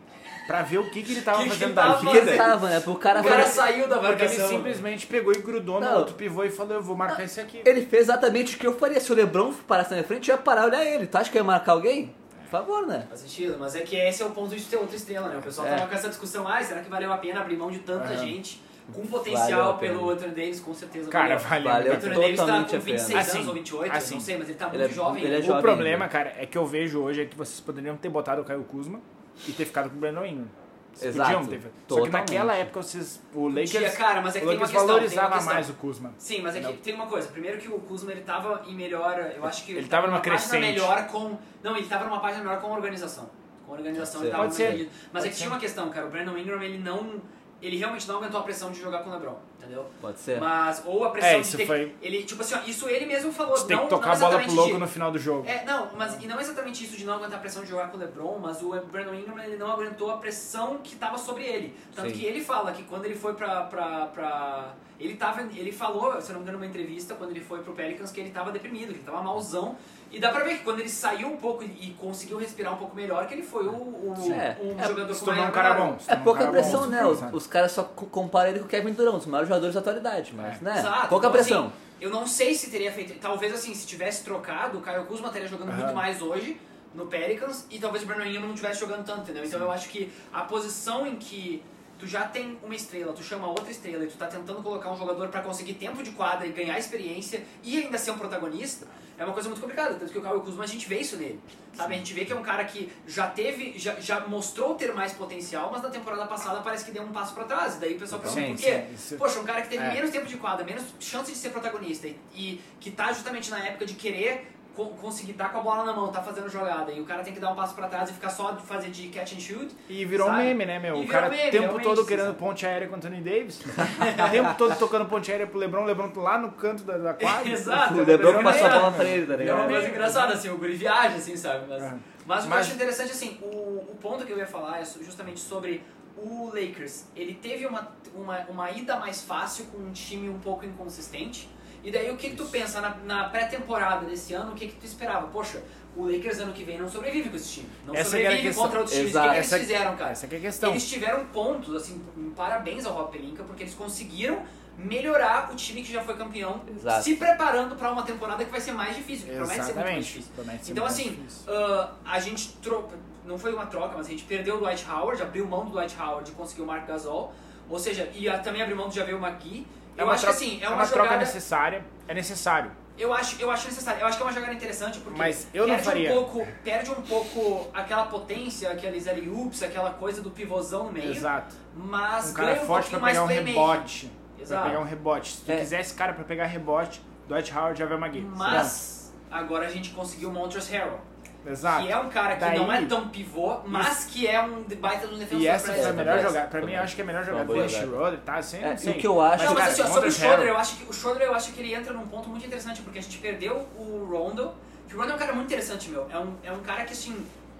Speaker 4: pra ver o que, que ele tava
Speaker 2: Que que
Speaker 4: fazendo
Speaker 2: ele
Speaker 4: da
Speaker 2: tava
Speaker 3: O que ele
Speaker 2: fazendo?
Speaker 4: vida.
Speaker 3: tava, né? Pro cara,
Speaker 2: O cara saiu da
Speaker 4: Porque ele
Speaker 2: marcação.
Speaker 4: simplesmente pegou e grudou no
Speaker 3: Não.
Speaker 4: outro pivô e falou: Eu vou marcar esse aqui.
Speaker 3: Ele fez exatamente o que eu faria. Se o Lebron parasse na minha frente, eu ia parar e olhar ele. Tu acha que eu ia marcar alguém? Por favor, né?
Speaker 2: Faz sentido, mas é que esse é o ponto de ter outra estrela, né? O pessoal
Speaker 3: É.
Speaker 2: tava com essa discussão, ah, será que valeu a pena abrir mão de tanta
Speaker 3: Aham.
Speaker 2: gente com
Speaker 3: Valeu a
Speaker 2: potencial
Speaker 3: pena.
Speaker 2: pelo Anthony Davis? Com certeza
Speaker 4: Cara,
Speaker 2: valeu.
Speaker 4: valeu.
Speaker 3: Valeu.
Speaker 2: O Anthony Davis tá
Speaker 3: Totalmente
Speaker 2: com
Speaker 3: a pena.
Speaker 2: 26 anos
Speaker 4: Assim,
Speaker 2: ou 28, eu
Speaker 4: assim.
Speaker 2: não sei, mas ele tá muito
Speaker 3: Ele é-
Speaker 2: jovem.
Speaker 3: ele é
Speaker 2: né?
Speaker 3: jovem.
Speaker 4: O problema,
Speaker 3: ainda.
Speaker 4: cara, é que eu vejo hoje é que vocês poderiam ter botado o Caio Kuzma e ter ficado com o Brandon Ingram. Vocês
Speaker 3: Exato.
Speaker 4: podiam ter feito. Só que
Speaker 3: Totalmente.
Speaker 4: naquela época vocês, o Lakers,
Speaker 2: Podia, cara, mas é que
Speaker 4: o
Speaker 2: tem uma questão,
Speaker 4: Lakers
Speaker 2: tem uma
Speaker 4: valorizava
Speaker 2: questão.
Speaker 4: mais o Kuzma.
Speaker 2: Sim, mas é que
Speaker 4: Entendeu?
Speaker 2: tem uma coisa. Primeiro que o Kuzma ele tava em melhor, eu acho que
Speaker 4: Ele tava numa
Speaker 2: página
Speaker 4: crescente.
Speaker 2: melhor com, não, ele tava numa página melhor com a organização. Com a organização ele
Speaker 3: ser.
Speaker 2: tava
Speaker 4: Pode
Speaker 2: muito
Speaker 4: ser.
Speaker 2: bem. Mas é
Speaker 4: Pode
Speaker 2: que
Speaker 4: ser.
Speaker 2: tinha uma questão, cara, o Brandon Ingram ele não ele realmente não aguentou a pressão de jogar com o LeBron, entendeu?
Speaker 3: Pode ser.
Speaker 2: Mas ou a pressão
Speaker 4: É,
Speaker 2: de
Speaker 4: isso
Speaker 2: ter,
Speaker 4: foi-
Speaker 2: ele tipo assim, ó, isso ele mesmo falou,
Speaker 4: Você tem
Speaker 2: não,
Speaker 4: que tocar a
Speaker 2: não
Speaker 4: bola pro
Speaker 2: exatamente
Speaker 4: louco
Speaker 2: de-
Speaker 4: no final do jogo.
Speaker 2: é, não, mas e não exatamente isso de não aguentar a pressão de jogar com o LeBron, mas o Brandon Ingram ele não aguentou a pressão que tava sobre ele. Tanto
Speaker 3: Sim.
Speaker 2: que ele fala que quando ele foi pra, pra, pra- Ele tava. Ele falou, se eu não me engano, numa entrevista, quando ele foi pro Pelicans, que ele tava deprimido, que ele tava malzão. E dá pra ver que quando ele saiu um pouco e e conseguiu respirar um pouco melhor, que ele foi o, o-
Speaker 3: É.
Speaker 2: um
Speaker 3: É,
Speaker 2: jogador
Speaker 4: Se
Speaker 2: com
Speaker 4: tornar
Speaker 2: maior
Speaker 4: um cara
Speaker 2: valor.
Speaker 4: bom. se
Speaker 3: É
Speaker 4: tornar um
Speaker 3: pouca
Speaker 4: cara bom,
Speaker 3: pressão,
Speaker 4: se
Speaker 3: né?
Speaker 4: tornar um
Speaker 3: Os,
Speaker 4: cara-
Speaker 3: os caras só co- comparam ele com o Kevin Durant, os maiores jogadores da atualidade, mas,
Speaker 4: É.
Speaker 3: né?
Speaker 2: Exato.
Speaker 3: Pouca
Speaker 2: Então,
Speaker 3: pressão.
Speaker 2: assim, eu não sei se teria feito. Talvez assim, se tivesse trocado, o Caio Kuzma estaria jogando
Speaker 4: Aham.
Speaker 2: muito mais hoje no Pelicans e talvez o Brandon Ingram não estivesse jogando tanto, entendeu? Então eu acho que a posição em que tu já tem uma estrela, tu chama outra estrela e tu tá tentando colocar um jogador pra conseguir tempo de quadra e ganhar experiência e ainda ser um protagonista, é uma coisa muito complicada. Tanto que o Caio Kuzma a gente vê isso nele, sabe? A gente vê que é um cara que já teve, já, já mostrou ter mais potencial, mas na temporada passada parece que deu um passo pra trás. E daí o pessoal pensa,
Speaker 4: Sim,
Speaker 2: por quê?
Speaker 4: sim, isso-
Speaker 2: Poxa, um cara que teve
Speaker 4: É.
Speaker 2: menos tempo de quadra, menos chance de ser protagonista e, e que tá justamente na época de querer co- conseguir tá com a bola na mão, tá fazendo jogada e o cara tem que dar um passo pra trás e ficar só de fazer de catch and shoot.
Speaker 4: E virou
Speaker 2: Sabe?
Speaker 4: um meme, né, meu?
Speaker 2: E
Speaker 4: o
Speaker 2: virou
Speaker 4: cara
Speaker 2: meme,
Speaker 4: o tempo
Speaker 2: realmente,
Speaker 4: todo
Speaker 2: sim,
Speaker 4: querendo
Speaker 2: sabe?
Speaker 4: ponte aérea com o Anthony Davis. o tempo todo tocando ponte aérea pro Lebron, o Lebron lá no canto da, da quadra.
Speaker 2: Exato.
Speaker 3: O Lebron
Speaker 4: Não,
Speaker 3: passou a
Speaker 4: não,
Speaker 3: bola pra ele, tá
Speaker 2: É uma
Speaker 3: ligado?
Speaker 2: coisa engraçada, assim, o guri viaja, assim, sabe? Mas,
Speaker 4: É.
Speaker 2: mas o que eu
Speaker 4: Mas-
Speaker 2: acho interessante, assim, o, o ponto que eu ia falar é so- justamente sobre o Lakers. Ele teve uma, uma, uma ida mais fácil com um time um pouco inconsistente. E daí o que, que tu pensa na, na pré-temporada desse ano, o que, que tu esperava? Poxa, o Lakers ano que vem não sobrevive com esse time. Não
Speaker 4: Essa que era a
Speaker 2: sobrevive
Speaker 4: questão.
Speaker 2: contra outros times. O
Speaker 3: Exato.
Speaker 2: que, que eles
Speaker 4: Essa-
Speaker 2: fizeram, cara?
Speaker 4: Essa que é a questão.
Speaker 2: Eles tiveram pontos, assim, parabéns ao Rob Pelinka, porque eles conseguiram melhorar o time que já foi campeão,
Speaker 3: Exato.
Speaker 2: se preparando pra uma temporada que vai ser mais difícil, que promete ser muito mais
Speaker 4: Exatamente.
Speaker 2: difícil.
Speaker 4: Promete ser
Speaker 2: Então,
Speaker 4: muito
Speaker 2: assim,
Speaker 4: difícil.
Speaker 2: ah, a gente troca, não foi uma troca, mas a gente perdeu o Dwight Howard, abriu mão do Dwight Howard e conseguiu o Mark Gasol, ou seja, e a- também abriu mão do Javel McGee.
Speaker 4: É
Speaker 2: Eu
Speaker 4: uma
Speaker 2: acho
Speaker 4: troca-
Speaker 2: que assim, é
Speaker 4: é
Speaker 2: uma,
Speaker 4: uma troca
Speaker 2: jogada-
Speaker 4: necessária. É necessário.
Speaker 2: eu acho, eu acho necessário. Eu acho que é uma jogada interessante porque
Speaker 4: Mas eu não
Speaker 2: perde
Speaker 4: faria.
Speaker 2: um pouco, perde um pouco aquela potência, aqueles alley-oops, aquela coisa do pivôzão no meio.
Speaker 4: Exato.
Speaker 2: Mas
Speaker 4: um cara
Speaker 2: ganha um
Speaker 4: forte pra
Speaker 2: pouquinho
Speaker 4: pegar um
Speaker 2: mais playmaking.
Speaker 4: rebote.
Speaker 2: Exato.
Speaker 4: Pra pegar um rebote. Se tu
Speaker 3: É.
Speaker 4: quiser esse cara pra pegar rebote, Dwight Howard já vai Magui.
Speaker 2: Mas agora a gente conseguiu o Montrezl Harrell,
Speaker 4: Exato.
Speaker 2: que é um cara que
Speaker 4: Daí-
Speaker 2: não é tão pivô, mas que é um de- baita de um defensor
Speaker 4: E essa
Speaker 2: pra
Speaker 4: foi a
Speaker 2: ele.
Speaker 3: também.
Speaker 4: melhor
Speaker 3: Essa
Speaker 4: jogada. Pra mim,
Speaker 3: também.
Speaker 4: eu acho que é a melhor
Speaker 3: Foi
Speaker 4: jogada
Speaker 3: uma boa
Speaker 4: foi o
Speaker 3: jogada.
Speaker 4: Schroeder, tá? Assim,
Speaker 3: É,
Speaker 4: não
Speaker 3: e
Speaker 4: sei.
Speaker 3: o que eu acho-
Speaker 2: Não, mas
Speaker 4: cara,
Speaker 2: assim, ó,
Speaker 4: contra
Speaker 2: sobre o
Speaker 4: o
Speaker 2: Schroeder,
Speaker 4: Harrell-
Speaker 2: eu acho que o Schroeder eu acho que ele entra num ponto muito interessante, porque a gente perdeu o Rondo, que o Rondo é um cara muito interessante, meu. É um, é um cara que assim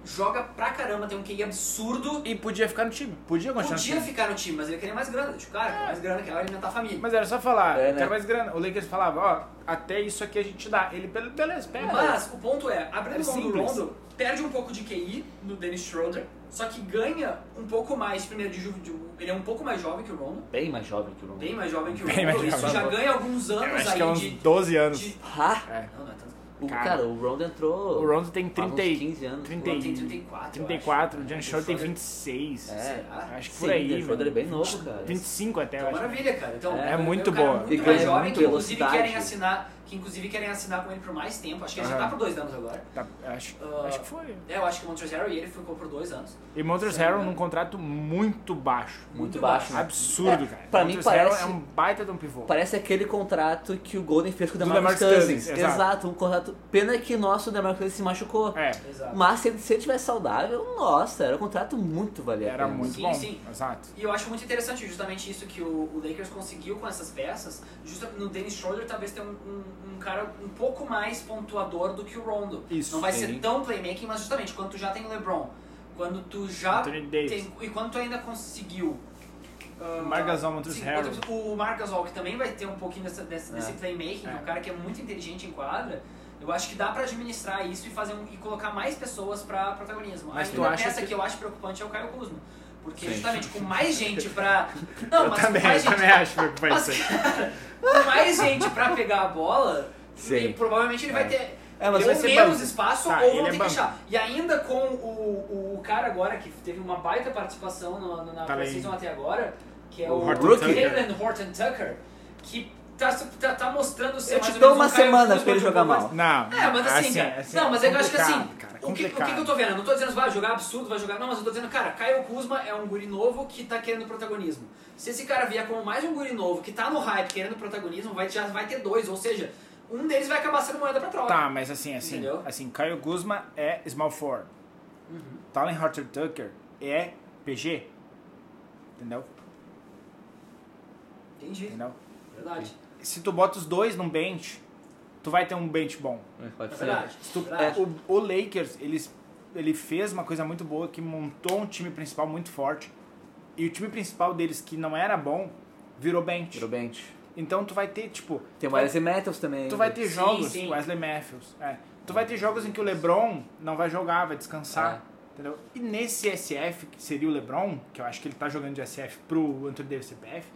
Speaker 2: joga pra caramba, tem um QI absurdo.
Speaker 4: E podia ficar no time. Podia continuar
Speaker 2: Podia
Speaker 4: no time.
Speaker 2: ficar no time, mas ele queria mais grana. Tipo, cara, quer mais grana, quer alimentar a tá família.
Speaker 4: É. Mas era só falar,
Speaker 3: É,
Speaker 4: eu
Speaker 3: né?
Speaker 4: quero mais grana. O Lakers falava, ó, até isso aqui a gente dá. Ele, be- beleza, pega.
Speaker 2: Mas o ponto é, abrindo
Speaker 4: Era
Speaker 2: mão do
Speaker 4: simples.
Speaker 2: Rondo, perde um pouco de QI no Dennis Schroeder, só que ganha um pouco mais, primeiro, de juventude. Ele é um pouco mais jovem que o Rondo,
Speaker 3: Bem mais jovem que o Lebron.
Speaker 2: bem mais jovem que o
Speaker 4: Bem
Speaker 2: Rondo,
Speaker 4: mais
Speaker 2: isso
Speaker 4: jovem.
Speaker 2: já ganha alguns
Speaker 4: Eu
Speaker 2: anos
Speaker 4: acho
Speaker 2: aí
Speaker 4: que é uns
Speaker 2: de...
Speaker 4: 12 anos.
Speaker 2: de-
Speaker 3: Ha!
Speaker 4: É.
Speaker 2: Não, não é tanto.
Speaker 3: O, cara,
Speaker 4: Cara,
Speaker 3: o Rondo entrou.
Speaker 4: O Rondo tem
Speaker 3: faz uns
Speaker 4: 30 e-
Speaker 3: 15 anos.
Speaker 4: 30
Speaker 2: O Rondo tem
Speaker 4: e-
Speaker 2: 34, eu acho.
Speaker 4: 34, o Jan
Speaker 2: O
Speaker 4: Schroeder tem
Speaker 2: Schroeder-
Speaker 4: 26.
Speaker 3: É.
Speaker 2: Será?
Speaker 4: Acho que
Speaker 3: Sim,
Speaker 4: por aí.
Speaker 3: o Schroeder
Speaker 4: velho.
Speaker 3: é bem novo, cara.
Speaker 4: 25 até, eu
Speaker 2: Então,
Speaker 4: acho.
Speaker 2: maravilha, cara. Então,
Speaker 4: É muito
Speaker 2: um cara
Speaker 4: boa.
Speaker 2: Muito
Speaker 3: E
Speaker 2: mais
Speaker 3: ganha
Speaker 2: jovem,
Speaker 3: muito
Speaker 2: que inclusive
Speaker 3: velocidade.
Speaker 2: querem assinar, que inclusive querem assinar com ele por mais tempo. Acho que ele já
Speaker 4: Aham.
Speaker 2: tá por dois anos agora.
Speaker 4: Tá, acho,
Speaker 2: Ah,
Speaker 4: acho que foi.
Speaker 2: É, eu acho que o Montrezl Harrell e ele ficou por dois anos.
Speaker 4: E Montres
Speaker 2: Sim,
Speaker 4: Harrell
Speaker 2: né?
Speaker 4: num contrato muito baixo.
Speaker 3: Muito baixo, né?
Speaker 4: Absurdo,
Speaker 3: É,
Speaker 4: cara.
Speaker 3: pra
Speaker 4: Montrezl
Speaker 3: mim
Speaker 4: Harrell
Speaker 3: parece-
Speaker 4: é um baita de um pivô.
Speaker 3: Parece aquele contrato que o Golden fez com o
Speaker 4: Do
Speaker 3: DeMarcus
Speaker 4: DeMarcus
Speaker 3: Cousins.
Speaker 4: Cousins, exato.
Speaker 3: Exato, um contrato... Pena que nosso DeMarcus Cousins se machucou.
Speaker 4: É,
Speaker 2: Exato.
Speaker 3: Mas se ele, se ele tivesse saudável, nossa, era um contrato muito valioso.
Speaker 4: era muito
Speaker 2: Sim,
Speaker 4: bom.
Speaker 2: sim.
Speaker 4: Exato.
Speaker 2: E eu acho muito interessante justamente isso que o, o Lakers conseguiu com essas peças. Justa, no Dennis Schroeder talvez tenha um, um- um cara um pouco mais pontuador do que o Rondo.
Speaker 4: Isso,
Speaker 2: Não vai
Speaker 3: sim.
Speaker 2: ser tão playmaking, mas justamente quando tu já tem LeBron, quando tu já
Speaker 4: Anthony Davis.
Speaker 2: tem e quando tu ainda conseguiu ah,
Speaker 4: Marc Gasol, Montrezl
Speaker 2: sim,
Speaker 4: Harrell.
Speaker 2: O Marc Gasol que também vai ter um pouquinho dessa, dessa- desse
Speaker 3: É.
Speaker 2: playmaking, é.
Speaker 4: É.
Speaker 2: um cara que é muito inteligente em quadra. Eu acho que dá pra administrar isso e fazer um- e colocar mais pessoas pra protagonismo.
Speaker 4: Mas
Speaker 2: A
Speaker 4: tu
Speaker 2: única
Speaker 4: acha
Speaker 2: peça
Speaker 4: que-
Speaker 2: que eu acho preocupante é o Caio Kuzma. Porque
Speaker 3: Sim.
Speaker 2: justamente com mais gente pra. Não,
Speaker 4: eu
Speaker 2: mas
Speaker 4: também,
Speaker 2: com mais
Speaker 4: eu
Speaker 2: gente.
Speaker 4: também acho que vai
Speaker 2: Mas,
Speaker 4: ser.
Speaker 2: cara, com mais gente pra pegar a bola,
Speaker 3: Sim.
Speaker 2: ele- provavelmente ele vai ter.
Speaker 3: É, mas
Speaker 2: ou
Speaker 3: vai ser
Speaker 2: menos
Speaker 3: banco.
Speaker 2: espaço
Speaker 4: Tá,
Speaker 2: ou
Speaker 4: ele
Speaker 2: vão
Speaker 4: é
Speaker 2: ter que
Speaker 4: banco.
Speaker 2: achar. E ainda com o, o cara agora que teve uma baita participação no- no- na
Speaker 4: Tá bem.
Speaker 2: precisão até agora, que é
Speaker 4: O
Speaker 2: o,
Speaker 4: Horton
Speaker 2: Horton
Speaker 4: Tucker.
Speaker 2: Horton Tucker, que tá, tá, tá mostrando ser
Speaker 3: Eu
Speaker 2: mais
Speaker 3: te
Speaker 2: ou
Speaker 3: dou
Speaker 2: menos
Speaker 3: uma
Speaker 2: um cara
Speaker 3: semana
Speaker 2: que
Speaker 3: pra ele
Speaker 2: jogou
Speaker 3: jogar
Speaker 2: mais-
Speaker 3: mal.
Speaker 4: Não.
Speaker 2: é, mas assim, cara. não, mas é que eu acho que assim.
Speaker 4: complicado, cara,
Speaker 2: o, que, o que que eu
Speaker 4: complicado.
Speaker 2: tô vendo? Eu não tô dizendo, vai jogar é absurdo, vai jogar. Não, mas eu tô dizendo, cara, Caio Kuzma é um guri novo que tá querendo protagonismo. Se esse cara vier como mais um guri novo que tá no hype querendo protagonismo, vai, já vai ter dois. Ou seja, um deles vai acabar sendo moeda pra troca.
Speaker 4: Tá, mas assim, assim,
Speaker 2: Entendeu? Uhum.
Speaker 4: assim, Caio Guzma é small forward. Talen Horton Tucker é PG. Entendeu?
Speaker 2: Entendi.
Speaker 4: Entendeu?
Speaker 2: Verdade.
Speaker 4: Se tu bota os dois num bench, tu vai ter um bench bom.
Speaker 3: Pode
Speaker 2: É
Speaker 3: ser.
Speaker 2: verdade.
Speaker 4: Se tu- é,
Speaker 2: verdade.
Speaker 4: o, o Lakers, eles, ele fez uma coisa muito boa que montou um time principal muito forte. E o time principal deles, que não era bom, virou bench.
Speaker 3: Virou bench.
Speaker 4: Então tu vai ter, tipo. tu
Speaker 3: Tem o
Speaker 4: vai-
Speaker 3: Wesley Matthews também.
Speaker 4: Tu vai ter
Speaker 2: Sim,
Speaker 4: jogos,
Speaker 2: sim.
Speaker 4: Wesley Matthews. é. Tu vai ter jogos em que o LeBron não vai jogar, vai descansar. Entendeu? E nesse SF, que seria o LeBron, que eu acho que ele tá jogando de SF pro Anthony Davis CPF,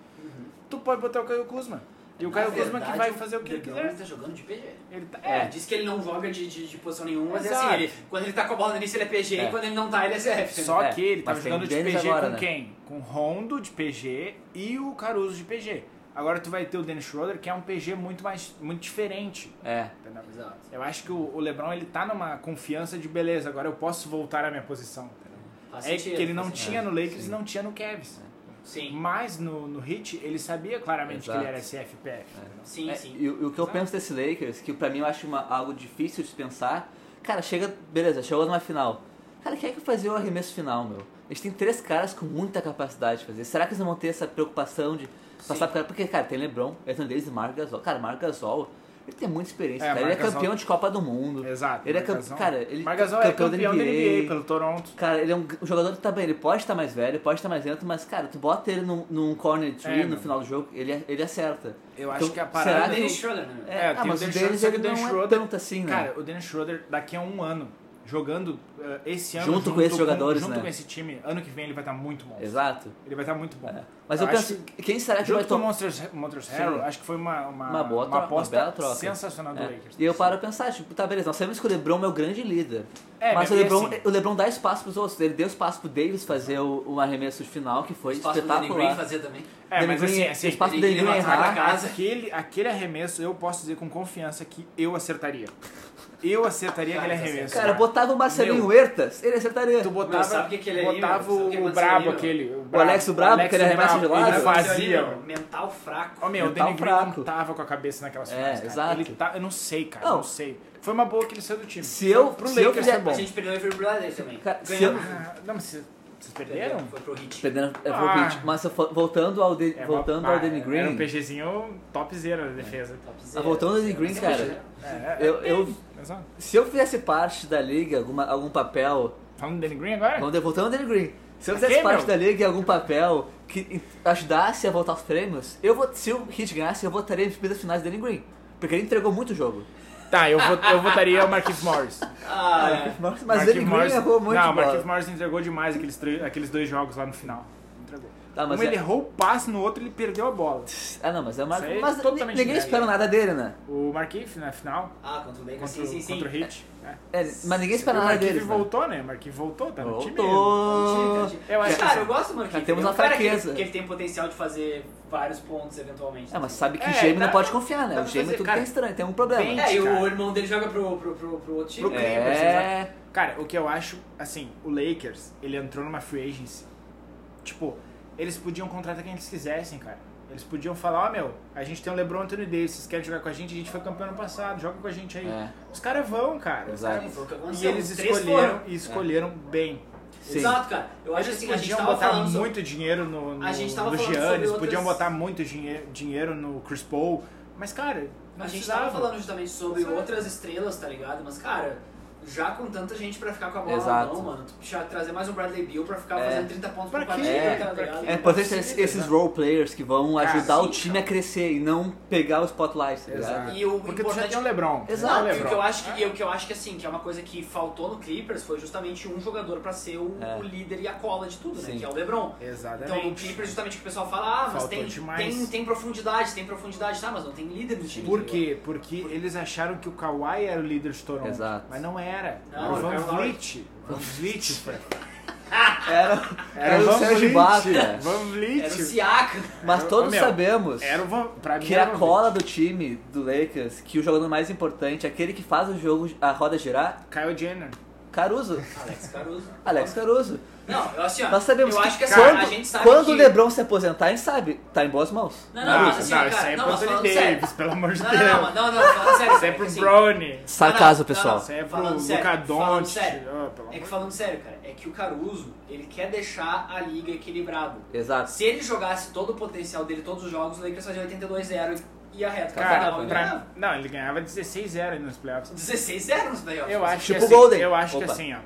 Speaker 4: tu pode botar o Caio Kuzma. E o
Speaker 2: Na
Speaker 4: Caio Kuzma que
Speaker 2: verdade,
Speaker 4: vai fazer o que ele
Speaker 2: LeBron
Speaker 4: quiser.
Speaker 2: tá jogando de PG.
Speaker 4: Ele tá,
Speaker 2: É,
Speaker 4: é,
Speaker 2: diz que ele não joga de, de, de posição nenhuma, mas é assim,
Speaker 4: Exato.
Speaker 2: ele, quando ele tá com a bola no início ele é PG
Speaker 3: É.
Speaker 2: e quando ele não tá ele é CF.
Speaker 4: só
Speaker 3: É,
Speaker 4: que ele tá
Speaker 3: mas tem
Speaker 4: jogando de
Speaker 3: Dennis
Speaker 4: PG
Speaker 3: agora,
Speaker 4: com
Speaker 3: né?
Speaker 4: quem? Com o Rondo de PG e o Caruso de PG. Agora tu vai ter o Dennis Schroeder, que é um PG muito mais muito diferente.
Speaker 3: É.
Speaker 4: Entendeu?
Speaker 2: Exato.
Speaker 4: Eu acho que o o LeBron ele tá numa confiança de beleza, agora eu posso voltar à minha posição. entendeu?
Speaker 2: Faz
Speaker 4: É
Speaker 2: sentido,
Speaker 4: que ele não
Speaker 2: faz
Speaker 4: tinha no Lakers e não tinha no
Speaker 3: É.
Speaker 4: Cavs.
Speaker 2: Sim.
Speaker 4: Mas no, no Heat, ele sabia claramente
Speaker 3: Exato.
Speaker 4: que ele era SFPF.
Speaker 2: Sim,
Speaker 3: É,
Speaker 2: sim.
Speaker 3: E, o e o que eu penso desse Lakers, que pra mim eu acho uma- algo difícil de pensar, cara, chega, beleza, chegou numa final. Cara, quem é que vai fazer o arremesso final, meu? Eles têm três caras com muita capacidade de fazer. Será que eles não vão ter essa preocupação de
Speaker 2: Sim.
Speaker 3: passar pro cara? Porque, cara, tem LeBron, Anthony Davis e Marc Gasol. Cara, Marc Gasol, ele tem muita experiência,
Speaker 4: É,
Speaker 3: cara. Ele é
Speaker 4: Marc Gasol-
Speaker 3: campeão de Copa do Mundo.
Speaker 4: Exato.
Speaker 3: Ele é
Speaker 4: Marc
Speaker 3: cam-
Speaker 4: Gasol.
Speaker 3: cara, ele
Speaker 4: Marc Gasol é
Speaker 3: campeão da
Speaker 4: campeão da NBA,
Speaker 3: NBA
Speaker 4: pelo Toronto.
Speaker 3: Cara, ele é um g- um jogador que tá bem, ele pode estar mais velho, pode estar mais lento, mas, cara, tu bota ele num, num corner tree
Speaker 4: É,
Speaker 3: no
Speaker 4: meu.
Speaker 3: final do jogo, ele, ele acerta. Então,
Speaker 4: Eu acho que
Speaker 2: Será
Speaker 4: a parada-
Speaker 2: que
Speaker 3: Será
Speaker 2: Dennis
Speaker 3: que...
Speaker 2: Schroeder, né?
Speaker 3: É, ah,
Speaker 4: tem
Speaker 3: mas o
Speaker 4: Dennis
Speaker 3: deles
Speaker 4: Schroeder,
Speaker 3: ele
Speaker 4: só que o
Speaker 3: não é
Speaker 4: Dennis
Speaker 3: tanto assim, né?
Speaker 4: Cara, o Dennis Schroeder, daqui a um ano, jogando eh, esse ano...
Speaker 3: Junto com esses jogadores,
Speaker 4: Junto
Speaker 3: né?
Speaker 4: com esse time, ano que vem ele vai estar muito bom.
Speaker 3: Exato. É,
Speaker 4: Ele vai estar muito bom.
Speaker 3: Mas eu,
Speaker 4: acho
Speaker 3: penso, quem será que vai
Speaker 4: Junto com o
Speaker 3: tomar
Speaker 4: Monsters, Monsters Harrell,
Speaker 3: Sim.
Speaker 4: acho que foi uma, uma,
Speaker 3: uma
Speaker 4: uma
Speaker 3: boa troca, uma
Speaker 4: aposta
Speaker 3: bela troca.
Speaker 4: sensacional do
Speaker 3: É.
Speaker 4: Lakers.
Speaker 3: E eu paro a pensar, tipo, tá, beleza, nós sabemos que o LeBron é o grande líder.
Speaker 4: É,
Speaker 3: mas o
Speaker 4: meu, e
Speaker 3: LeBron,
Speaker 4: assim-
Speaker 3: o LeBron dá espaço pros outros. Ele deu espaço pro Davis fazer o, o arremesso final, que foi
Speaker 2: Espaço do Danny Green
Speaker 3: espetacular.
Speaker 2: fazer também.
Speaker 4: É,
Speaker 3: Danny
Speaker 4: mas
Speaker 3: Green-
Speaker 4: assim, assim
Speaker 3: o espaço do
Speaker 2: Danny
Speaker 3: Danny Green
Speaker 2: Green vai
Speaker 3: errar.
Speaker 2: atacar. casa.
Speaker 4: Aquele, aquele arremesso, eu posso dizer com confiança que eu acertaria. Eu acertaria aquele
Speaker 2: Cara,
Speaker 4: arremesso.
Speaker 3: Cara, botava o Marcelinho
Speaker 4: Meu.
Speaker 3: Huertas, ele é acertaria.
Speaker 4: Tu
Speaker 2: Meu,
Speaker 4: botava,
Speaker 2: sabe o que que ele é
Speaker 4: botava
Speaker 2: nível? Sabe o que
Speaker 4: o,
Speaker 2: que é
Speaker 4: brabo
Speaker 2: nível?
Speaker 4: aquele. O,
Speaker 3: Alex o brabo, aquele arremesso
Speaker 4: brabo,
Speaker 3: de lado?
Speaker 4: Ele fazia.
Speaker 2: Olha, Mental fraco.
Speaker 4: Ó, meu, o
Speaker 3: Ele tá
Speaker 4: Danny Green
Speaker 3: fraco.
Speaker 4: não tava com a cabeça naquelas
Speaker 3: É,
Speaker 4: finais, cara.
Speaker 3: exato.
Speaker 4: Ele tá, eu não sei, cara,
Speaker 3: Não.
Speaker 4: não sei. Foi uma boa que ele saiu do time.
Speaker 3: Se eu-
Speaker 4: Pro
Speaker 3: se
Speaker 4: Lakers
Speaker 3: eu fizer-
Speaker 4: foi bom.
Speaker 2: A gente perdeu o Avery Bradley também.
Speaker 3: Cara, se
Speaker 2: Ganhamos.
Speaker 3: eu-
Speaker 4: Ah, não, mas vocês vocês perderam?
Speaker 2: Foi pro Hit.
Speaker 3: Perdendo, é,
Speaker 4: Ah.
Speaker 3: vou pedir. Mas eu fo- voltando ao, de,
Speaker 4: É,
Speaker 3: voltando
Speaker 4: bah,
Speaker 3: ao Danny Green.
Speaker 4: Era um PGzinho topzera da defesa.
Speaker 3: mas Tá voltando ao Danny Green,
Speaker 2: né?
Speaker 3: cara.
Speaker 4: É, é,
Speaker 3: Eu, eu-
Speaker 4: exato.
Speaker 3: se eu fizesse parte da liga, alguma, algum papel
Speaker 4: Falando do Danny Green agora?
Speaker 3: Vamos de- voltando ao Danny Green. Se eu
Speaker 4: Pra quê,
Speaker 3: fizesse parte
Speaker 4: meu?
Speaker 3: da liga em algum papel que in- ajudasse a voltar aos prêmios, eu vou, se o Hit ganhasse, eu votaria em das finais do Danny Green. Porque ele entregou muito jogo.
Speaker 4: Tá, eu, vou, eu votaria o Marquinhos Morris.
Speaker 2: Ah, é.
Speaker 3: Mas o
Speaker 4: Marquinhos
Speaker 3: Danny Green
Speaker 4: Morris-
Speaker 3: errou muito
Speaker 4: Não, o
Speaker 3: bola.
Speaker 4: Marquinhos Morris entregou demais aqueles, tre- aqueles dois jogos lá no final. Entregou.
Speaker 3: Tá, mas
Speaker 4: um ele
Speaker 3: é-
Speaker 4: errou o passe, no outro ele perdeu a bola.
Speaker 3: Ah, não, mas é uma.
Speaker 4: Isso aí é
Speaker 3: mas ni-
Speaker 4: totalmente
Speaker 3: ninguém
Speaker 4: ideia.
Speaker 3: espera nada dele, né?
Speaker 4: O Marquinhos na final,
Speaker 2: Ah, contra o Lakers,
Speaker 4: contra,
Speaker 2: sim,
Speaker 4: o-
Speaker 2: sim, sim.
Speaker 4: contra o Hit. né?
Speaker 3: É, mas ninguém espera
Speaker 4: o
Speaker 3: nada
Speaker 4: Marquinhos
Speaker 3: dele. Né?
Speaker 4: voltou, né? O Marquinhos voltou,
Speaker 3: É um
Speaker 4: tá no time.
Speaker 3: Voltou.
Speaker 4: Eu acho
Speaker 2: Mas,
Speaker 4: que
Speaker 2: cara,
Speaker 4: sim.
Speaker 2: eu gosto do Marquinhos.
Speaker 3: Mas temos
Speaker 2: é um
Speaker 3: uma
Speaker 2: cara que-
Speaker 3: fraqueza.
Speaker 2: Que, ele tem potencial de fazer vários pontos eventualmente.
Speaker 3: É, mas sabe que
Speaker 4: É,
Speaker 3: o Gêmeo
Speaker 4: tá-
Speaker 3: não pode confiar, né?
Speaker 4: tá
Speaker 3: O Gêmeo
Speaker 4: fazer-
Speaker 3: tudo
Speaker 4: cara,
Speaker 3: que é estranho, tem um problema.
Speaker 4: bem-
Speaker 2: É, e o
Speaker 4: cara.
Speaker 2: irmão dele joga pro, pro, pro, pro outro time.
Speaker 4: Pro
Speaker 2: né?
Speaker 4: Clippers,
Speaker 3: É.
Speaker 4: exato. Cara, o que eu acho, assim, o Lakers, ele entrou numa free agency. Tipo, eles podiam contratar quem eles quisessem, cara. Eles podiam falar, ó meu, a gente tem o LeBron e o Anthony Davis, vocês querem jogar com a gente? A gente foi campeão ano passado, joga com a gente aí.
Speaker 3: É.
Speaker 4: Os caras vão, cara. Os
Speaker 3: Exato. É.
Speaker 4: caras-
Speaker 2: E foi o que
Speaker 4: E
Speaker 2: aconteceu.
Speaker 4: eles
Speaker 2: Os três
Speaker 4: escolheram,
Speaker 2: foram.
Speaker 4: e escolheram bem.
Speaker 3: Sim.
Speaker 2: Exato, cara. Eu acho que
Speaker 4: Eles
Speaker 2: assim, a gente
Speaker 4: podiam
Speaker 2: tava
Speaker 4: botar
Speaker 2: falando sobre-
Speaker 4: muito dinheiro no, no,
Speaker 2: A gente tava
Speaker 4: no
Speaker 2: falando
Speaker 4: Giannis,
Speaker 2: sobre outras-
Speaker 4: podiam botar muito dinhe dinheiro no Chris Paul, mas, cara,
Speaker 2: A
Speaker 4: não
Speaker 2: gente
Speaker 4: precisava.
Speaker 2: tava falando justamente sobre
Speaker 4: Sabe?
Speaker 2: outras estrelas, tá ligado? Mas, cara, já com tanta gente pra ficar com a bola
Speaker 3: Exato.
Speaker 2: na mão, mano, tu puxar- trazer mais um Bradley Bill pra ficar
Speaker 3: É.
Speaker 2: fazendo 30 pontos
Speaker 4: Pra
Speaker 2: por
Speaker 4: quê?
Speaker 2: partida,
Speaker 3: É,
Speaker 2: tá
Speaker 4: pra
Speaker 2: ligado?
Speaker 4: quê?
Speaker 3: É importante esses, esses role players que vão
Speaker 4: Cara,
Speaker 3: ajudar
Speaker 2: sim,
Speaker 3: o time a crescer e não pegar o spotlight, tá ligado?
Speaker 4: Exato.
Speaker 2: E o
Speaker 4: É, Porque tu já
Speaker 2: importante-
Speaker 4: tem o LeBron. tu já
Speaker 3: Exato.
Speaker 2: Não,
Speaker 4: tem o
Speaker 2: e o
Speaker 4: LeBron.
Speaker 2: que eu acho que, e o que eu acho que assim, que é uma coisa que faltou no Clippers foi justamente um jogador pra ser o,
Speaker 3: É.
Speaker 2: o líder e a cola de tudo, né?
Speaker 3: Sim.
Speaker 2: Que é o LeBron.
Speaker 4: Exatamente.
Speaker 2: Então o Clippers justamente o que o pessoal fala, ah, mas
Speaker 4: Faltou
Speaker 2: tem,
Speaker 4: demais.
Speaker 2: tem, tem profundidade, tem profundidade, tá, mas não tem líder no time.
Speaker 4: Por
Speaker 2: tá
Speaker 4: quê? Porque eles acharam que o Kawhi era o líder de Toronto.
Speaker 3: Exato.
Speaker 4: Mas não era.
Speaker 2: Não,
Speaker 4: era o
Speaker 2: era o
Speaker 4: Van
Speaker 2: Kawhi.
Speaker 4: Vliet. Van Vliet. Fran.
Speaker 3: Era, era, o Sérgio Baca.
Speaker 4: Van Vliet.
Speaker 2: Era o Siaka.
Speaker 3: Mas
Speaker 4: Ô,
Speaker 3: todos
Speaker 4: meu,
Speaker 3: sabemos
Speaker 4: Era o Van... Pra mim
Speaker 3: que
Speaker 4: era
Speaker 3: a
Speaker 4: o
Speaker 3: cola do time do Lakers, que o jogador mais importante, aquele que faz o jogo, a roda girar,
Speaker 4: Van Vliet. Kyle Jenner.
Speaker 3: Caruso.
Speaker 2: Alex Caruso.
Speaker 3: Alex Caruso.
Speaker 2: Não, eu assim, ó,
Speaker 3: Nós sabemos
Speaker 2: eu
Speaker 3: que,
Speaker 2: acho que assim,
Speaker 3: quando,
Speaker 2: a gente sabe
Speaker 3: quando
Speaker 2: que...
Speaker 3: o Lebron se aposentar, a gente sabe, tá em boas mãos.
Speaker 2: Não, não, mas assim, ó,
Speaker 4: isso
Speaker 2: cara,
Speaker 4: aí é
Speaker 2: não,
Speaker 4: pro
Speaker 2: mas falando
Speaker 4: Anthony
Speaker 2: sério.
Speaker 4: Davis, pelo amor de
Speaker 2: Não,
Speaker 4: Deus.
Speaker 2: não, não, não, não, falando sério.
Speaker 4: Isso é
Speaker 2: cara,
Speaker 4: pro
Speaker 2: assim,
Speaker 4: Brownie.
Speaker 3: Sarcasmo,
Speaker 2: não, não,
Speaker 3: pessoal.
Speaker 4: Isso aí é pro
Speaker 2: Falando sério,
Speaker 4: Luca
Speaker 2: falando
Speaker 4: Doncic.
Speaker 2: sério.
Speaker 4: Ah, pelo
Speaker 2: É que
Speaker 4: amor
Speaker 2: falando sério, cara, é que o Caruso, ele quer deixar a liga equilibrada.
Speaker 3: Exato.
Speaker 2: Se ele jogasse todo o potencial dele, todos os jogos, o Lakers fazia 82-0 e ia reto.
Speaker 4: Cara,
Speaker 2: Não,
Speaker 4: pra-
Speaker 2: não,
Speaker 4: não, ele ganhava 16-0 aí nos playoffs.
Speaker 2: 16-0 nos playoffs.
Speaker 4: Eu acho
Speaker 3: Tipo
Speaker 4: que
Speaker 3: o
Speaker 4: assim,
Speaker 3: Golden.
Speaker 4: Eu acho que
Speaker 3: Opa.
Speaker 4: assim, ó.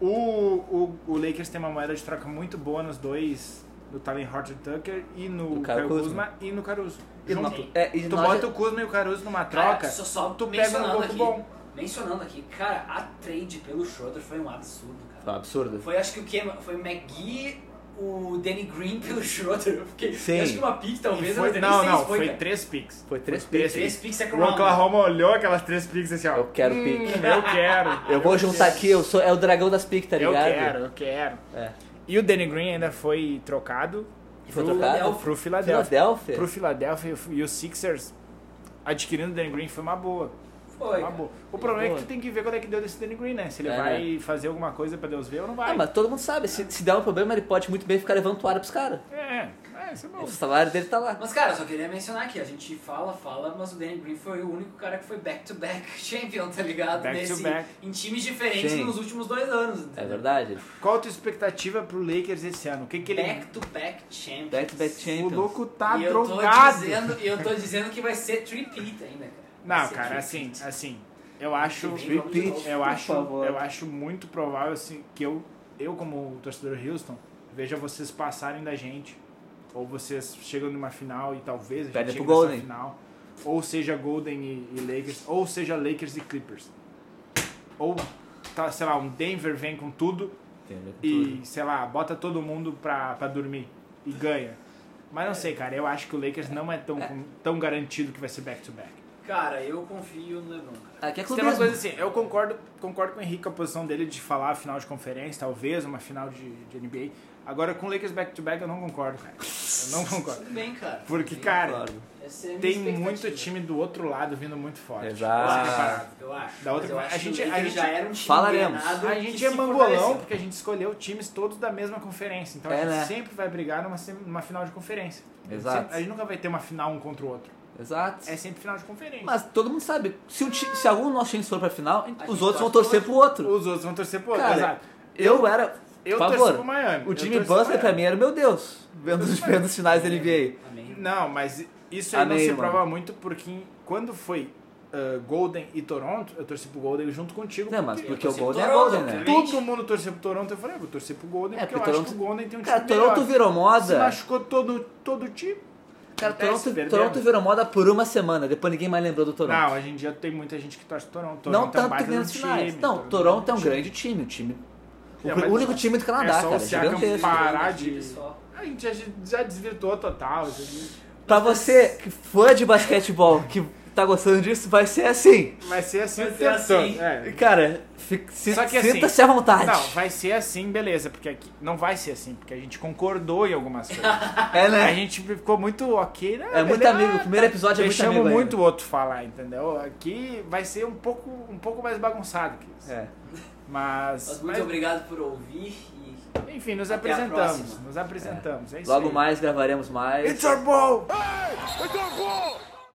Speaker 4: O, o, o Lakers tem uma moeda de troca muito boa nos dois, no Talen Horton Tucker e no
Speaker 3: Do
Speaker 4: Kyle
Speaker 3: Kyle
Speaker 4: Kuzma.
Speaker 3: Kuzma
Speaker 4: e no Caruso.
Speaker 3: E
Speaker 4: Junto.
Speaker 3: no- é, e
Speaker 4: tu
Speaker 3: nós-
Speaker 4: bota o Kuzma e o Caruso numa
Speaker 2: Cara,
Speaker 4: troca,
Speaker 2: só, só
Speaker 4: tu pega um
Speaker 2: mencionando
Speaker 4: pouco
Speaker 2: aqui,
Speaker 4: bom.
Speaker 2: Mencionando aqui, cara, a trade pelo Schroeder foi um absurdo, cara.
Speaker 3: Foi um absurdo.
Speaker 2: Foi, acho que o que? Foi o McGee, o Danny Green pelo Schroeder. Eu fiquei.
Speaker 3: Sim.
Speaker 2: Acho que uma pick, talvez.
Speaker 4: E
Speaker 2: eu
Speaker 4: foi,
Speaker 2: sei
Speaker 4: não,
Speaker 2: se
Speaker 4: não,
Speaker 2: foi,
Speaker 4: foi
Speaker 2: cara.
Speaker 4: três picks.
Speaker 3: Foi três
Speaker 4: três
Speaker 2: Três picks é
Speaker 4: O Oklahoma olhou aquelas três picks assim, ó.
Speaker 3: Eu quero
Speaker 4: "Hum,
Speaker 3: pick."
Speaker 4: Eu quero.
Speaker 3: Eu vou juntar aqui, eu sou, é o dragão das piques, tá
Speaker 4: Eu
Speaker 3: ligado?
Speaker 4: quero, eu quero.
Speaker 3: É.
Speaker 4: E o Danny Green ainda foi trocado
Speaker 3: Foi
Speaker 2: Pro
Speaker 3: trocado?
Speaker 2: Philadelphia.
Speaker 4: pro Philadelphia.
Speaker 3: Filadélfia?
Speaker 4: Pro Philadelphia e os Sixers adquirindo o Danny Green foi uma boa.
Speaker 2: Foi.
Speaker 4: uma boa. O problema é
Speaker 3: Boa.
Speaker 4: que tu tem que ver quando é que deu desse Danny Green, né? Se ele
Speaker 3: É,
Speaker 4: vai fazer alguma coisa pra Deus ver ou não vai.
Speaker 3: Ah, mas todo mundo sabe, se, se der um problema, ele pode muito bem ficar levando toalha pros caras.
Speaker 4: É, é, isso é bom.
Speaker 3: O salário dele tá lá.
Speaker 2: Mas, cara, eu só queria mencionar aqui, a gente fala, fala, mas o Danny Green foi o único cara que foi back-to-back champion, tá ligado?
Speaker 4: Back to
Speaker 2: Nesse-
Speaker 4: back.
Speaker 2: Em times diferentes
Speaker 3: Sim.
Speaker 2: nos últimos dois anos.
Speaker 3: É
Speaker 2: entendeu?
Speaker 3: verdade.
Speaker 4: Qual a tua expectativa pro Lakers esse ano? O que que ele...
Speaker 2: Back-to-back champion.
Speaker 3: Back to back champions.
Speaker 4: O louco tá
Speaker 2: e eu tô,
Speaker 4: drogado.
Speaker 2: dizendo, e eu tô dizendo que vai ser three-peat ainda, cara. Vai
Speaker 4: Não,
Speaker 2: ser
Speaker 4: cara, assim,
Speaker 2: three-peat.
Speaker 4: assim, eu acho...
Speaker 2: Tem bem,
Speaker 3: Repeat,
Speaker 2: vamos de
Speaker 4: Eu
Speaker 3: por
Speaker 4: acho,
Speaker 3: favor.
Speaker 4: eu acho muito provável assim, que eu, eu como torcedor Houston, veja vocês passarem da gente. Ou vocês chegam numa final e talvez a
Speaker 3: Perde
Speaker 4: gente chegue
Speaker 3: pro
Speaker 4: nessa
Speaker 3: Golden.
Speaker 4: final. Ou seja Golden e, e Lakers, ou seja Lakers e Clippers. Ou, tá, sei lá, um Denver vem com tudo e, sei lá, bota todo mundo pra, pra dormir e ganha. Mas
Speaker 3: É.
Speaker 4: não sei, cara, eu acho que o Lakers não é tão, tão garantido que vai ser back-to-back.
Speaker 2: Cara, eu confio no LeBron, cara.
Speaker 3: Aqui é
Speaker 4: Tem uma
Speaker 3: clubismo.
Speaker 4: coisa assim, eu concordo, concordo com o Henrique com a posição dele de falar a final de conferência, talvez, uma final de, de NBA. Agora, com o Lakers back-to-back, eu não concordo, cara. Eu não concordo.
Speaker 2: Tudo bem, cara.
Speaker 4: Porque,
Speaker 2: Tudo bem.
Speaker 4: cara,
Speaker 3: Claro.
Speaker 2: Essa é a minha
Speaker 4: tem
Speaker 2: expectativa.
Speaker 4: muito time do outro lado vindo muito forte.
Speaker 3: Exato.
Speaker 2: Eu acho.
Speaker 4: Da outra-
Speaker 2: Mas eu
Speaker 4: a
Speaker 2: acho que
Speaker 4: gente-
Speaker 2: o Lakers
Speaker 4: a gente-
Speaker 2: já era um time
Speaker 3: Falaremos.
Speaker 2: engrenado
Speaker 4: A
Speaker 2: que
Speaker 4: gente é
Speaker 2: se
Speaker 4: mangolão
Speaker 2: fortaleceu.
Speaker 4: porque a gente escolheu times todos da mesma conferência. Então a
Speaker 3: É,
Speaker 4: gente
Speaker 3: né?
Speaker 4: sempre vai brigar numa, sem- numa final de conferência.
Speaker 3: Exato.
Speaker 4: Sempre- a gente nunca vai ter uma final um contra o outro.
Speaker 3: Exato.
Speaker 4: É sempre final de conferência.
Speaker 3: Mas todo mundo sabe, se, um ti- se algum dos nossos times for pra final, os
Speaker 2: gente
Speaker 3: outros vão
Speaker 2: torce
Speaker 3: torcer pro outro.
Speaker 4: Os outros vão torcer pro outro.
Speaker 3: Cara,
Speaker 4: Exato.
Speaker 3: eu era.
Speaker 4: eu
Speaker 3: por
Speaker 4: torço
Speaker 3: favor,
Speaker 4: pro Miami, eu
Speaker 3: o time
Speaker 4: torço pro
Speaker 3: Butler pra
Speaker 4: Miami.
Speaker 3: mim era meu Deus, vendo os, vendo os finais da NBA.
Speaker 2: Amém.
Speaker 4: Não, mas isso aí não
Speaker 3: Amém,
Speaker 4: se
Speaker 3: irmão.
Speaker 4: prova muito porque quando foi ah, Golden e Toronto, eu torci pro Golden junto contigo.
Speaker 3: Não, mas porque o
Speaker 2: torci pro
Speaker 3: Golden é
Speaker 2: Toronto,
Speaker 3: Golden, né?
Speaker 2: cara.
Speaker 4: Todo mundo torceu pro Toronto, eu falei, eu vou torcer pro Golden
Speaker 3: É,
Speaker 4: porque eu
Speaker 3: porque
Speaker 4: acho
Speaker 3: Toronto-
Speaker 4: que o Golden tem um time
Speaker 3: Cara, Toronto
Speaker 4: melhor.
Speaker 3: virou
Speaker 4: Se
Speaker 3: moda.
Speaker 4: machucou todo, todo o time.
Speaker 3: Cara,
Speaker 4: Acontece,
Speaker 3: Toronto,
Speaker 4: perdemos.
Speaker 3: Toronto virou moda por uma semana, depois ninguém mais lembrou do Toronto.
Speaker 4: Não, hoje em dia tem muita gente que torce pro Toronto.
Speaker 3: Não
Speaker 4: Toronto é um
Speaker 3: tanto
Speaker 4: baita
Speaker 3: que nem
Speaker 4: de um
Speaker 3: nas finais. é
Speaker 4: time,
Speaker 3: Não, Toronto é um grande time. O time O
Speaker 4: É,
Speaker 3: pri-
Speaker 4: mas-
Speaker 3: único time do Canadá,
Speaker 4: é só
Speaker 3: cara.
Speaker 4: o Siakam
Speaker 3: Gigantesco.
Speaker 4: parar de...
Speaker 2: Time só.
Speaker 4: A gente já, já desvirtuou total. isso aqui.
Speaker 3: Pra você, que fã de basquetebol, que tá gostando disso, vai ser assim.
Speaker 4: Vai ser assim
Speaker 2: Vai
Speaker 4: o
Speaker 2: ser
Speaker 4: tempo todo,
Speaker 2: assim.
Speaker 4: é.
Speaker 3: Cara, fi- se-
Speaker 4: Só que assim-
Speaker 3: sinta-se à vontade.
Speaker 4: Não, vai ser assim, beleza, porque aqui, não vai ser assim, porque a gente concordou em algumas coisas.
Speaker 3: É,
Speaker 4: A
Speaker 3: né?
Speaker 4: gente ficou muito ok, né?
Speaker 3: É muito
Speaker 4: beleza,
Speaker 3: amigo, o primeiro episódio é muito
Speaker 4: Deixamos
Speaker 3: amigo
Speaker 4: muito o outro falar, entendeu? Aqui vai ser um pouco, um pouco mais bagunçado que isso.
Speaker 3: É.
Speaker 4: Mas,
Speaker 2: Mas muito
Speaker 4: mas,
Speaker 2: obrigado por ouvir e
Speaker 4: enfim, nos
Speaker 2: Até a
Speaker 4: apresentamos.
Speaker 2: próxima.
Speaker 4: Nos apresentamos, é, isso
Speaker 3: Logo
Speaker 4: aí.
Speaker 3: mais gravaremos mais.
Speaker 4: It's our ball!
Speaker 1: Hey, it's our ball.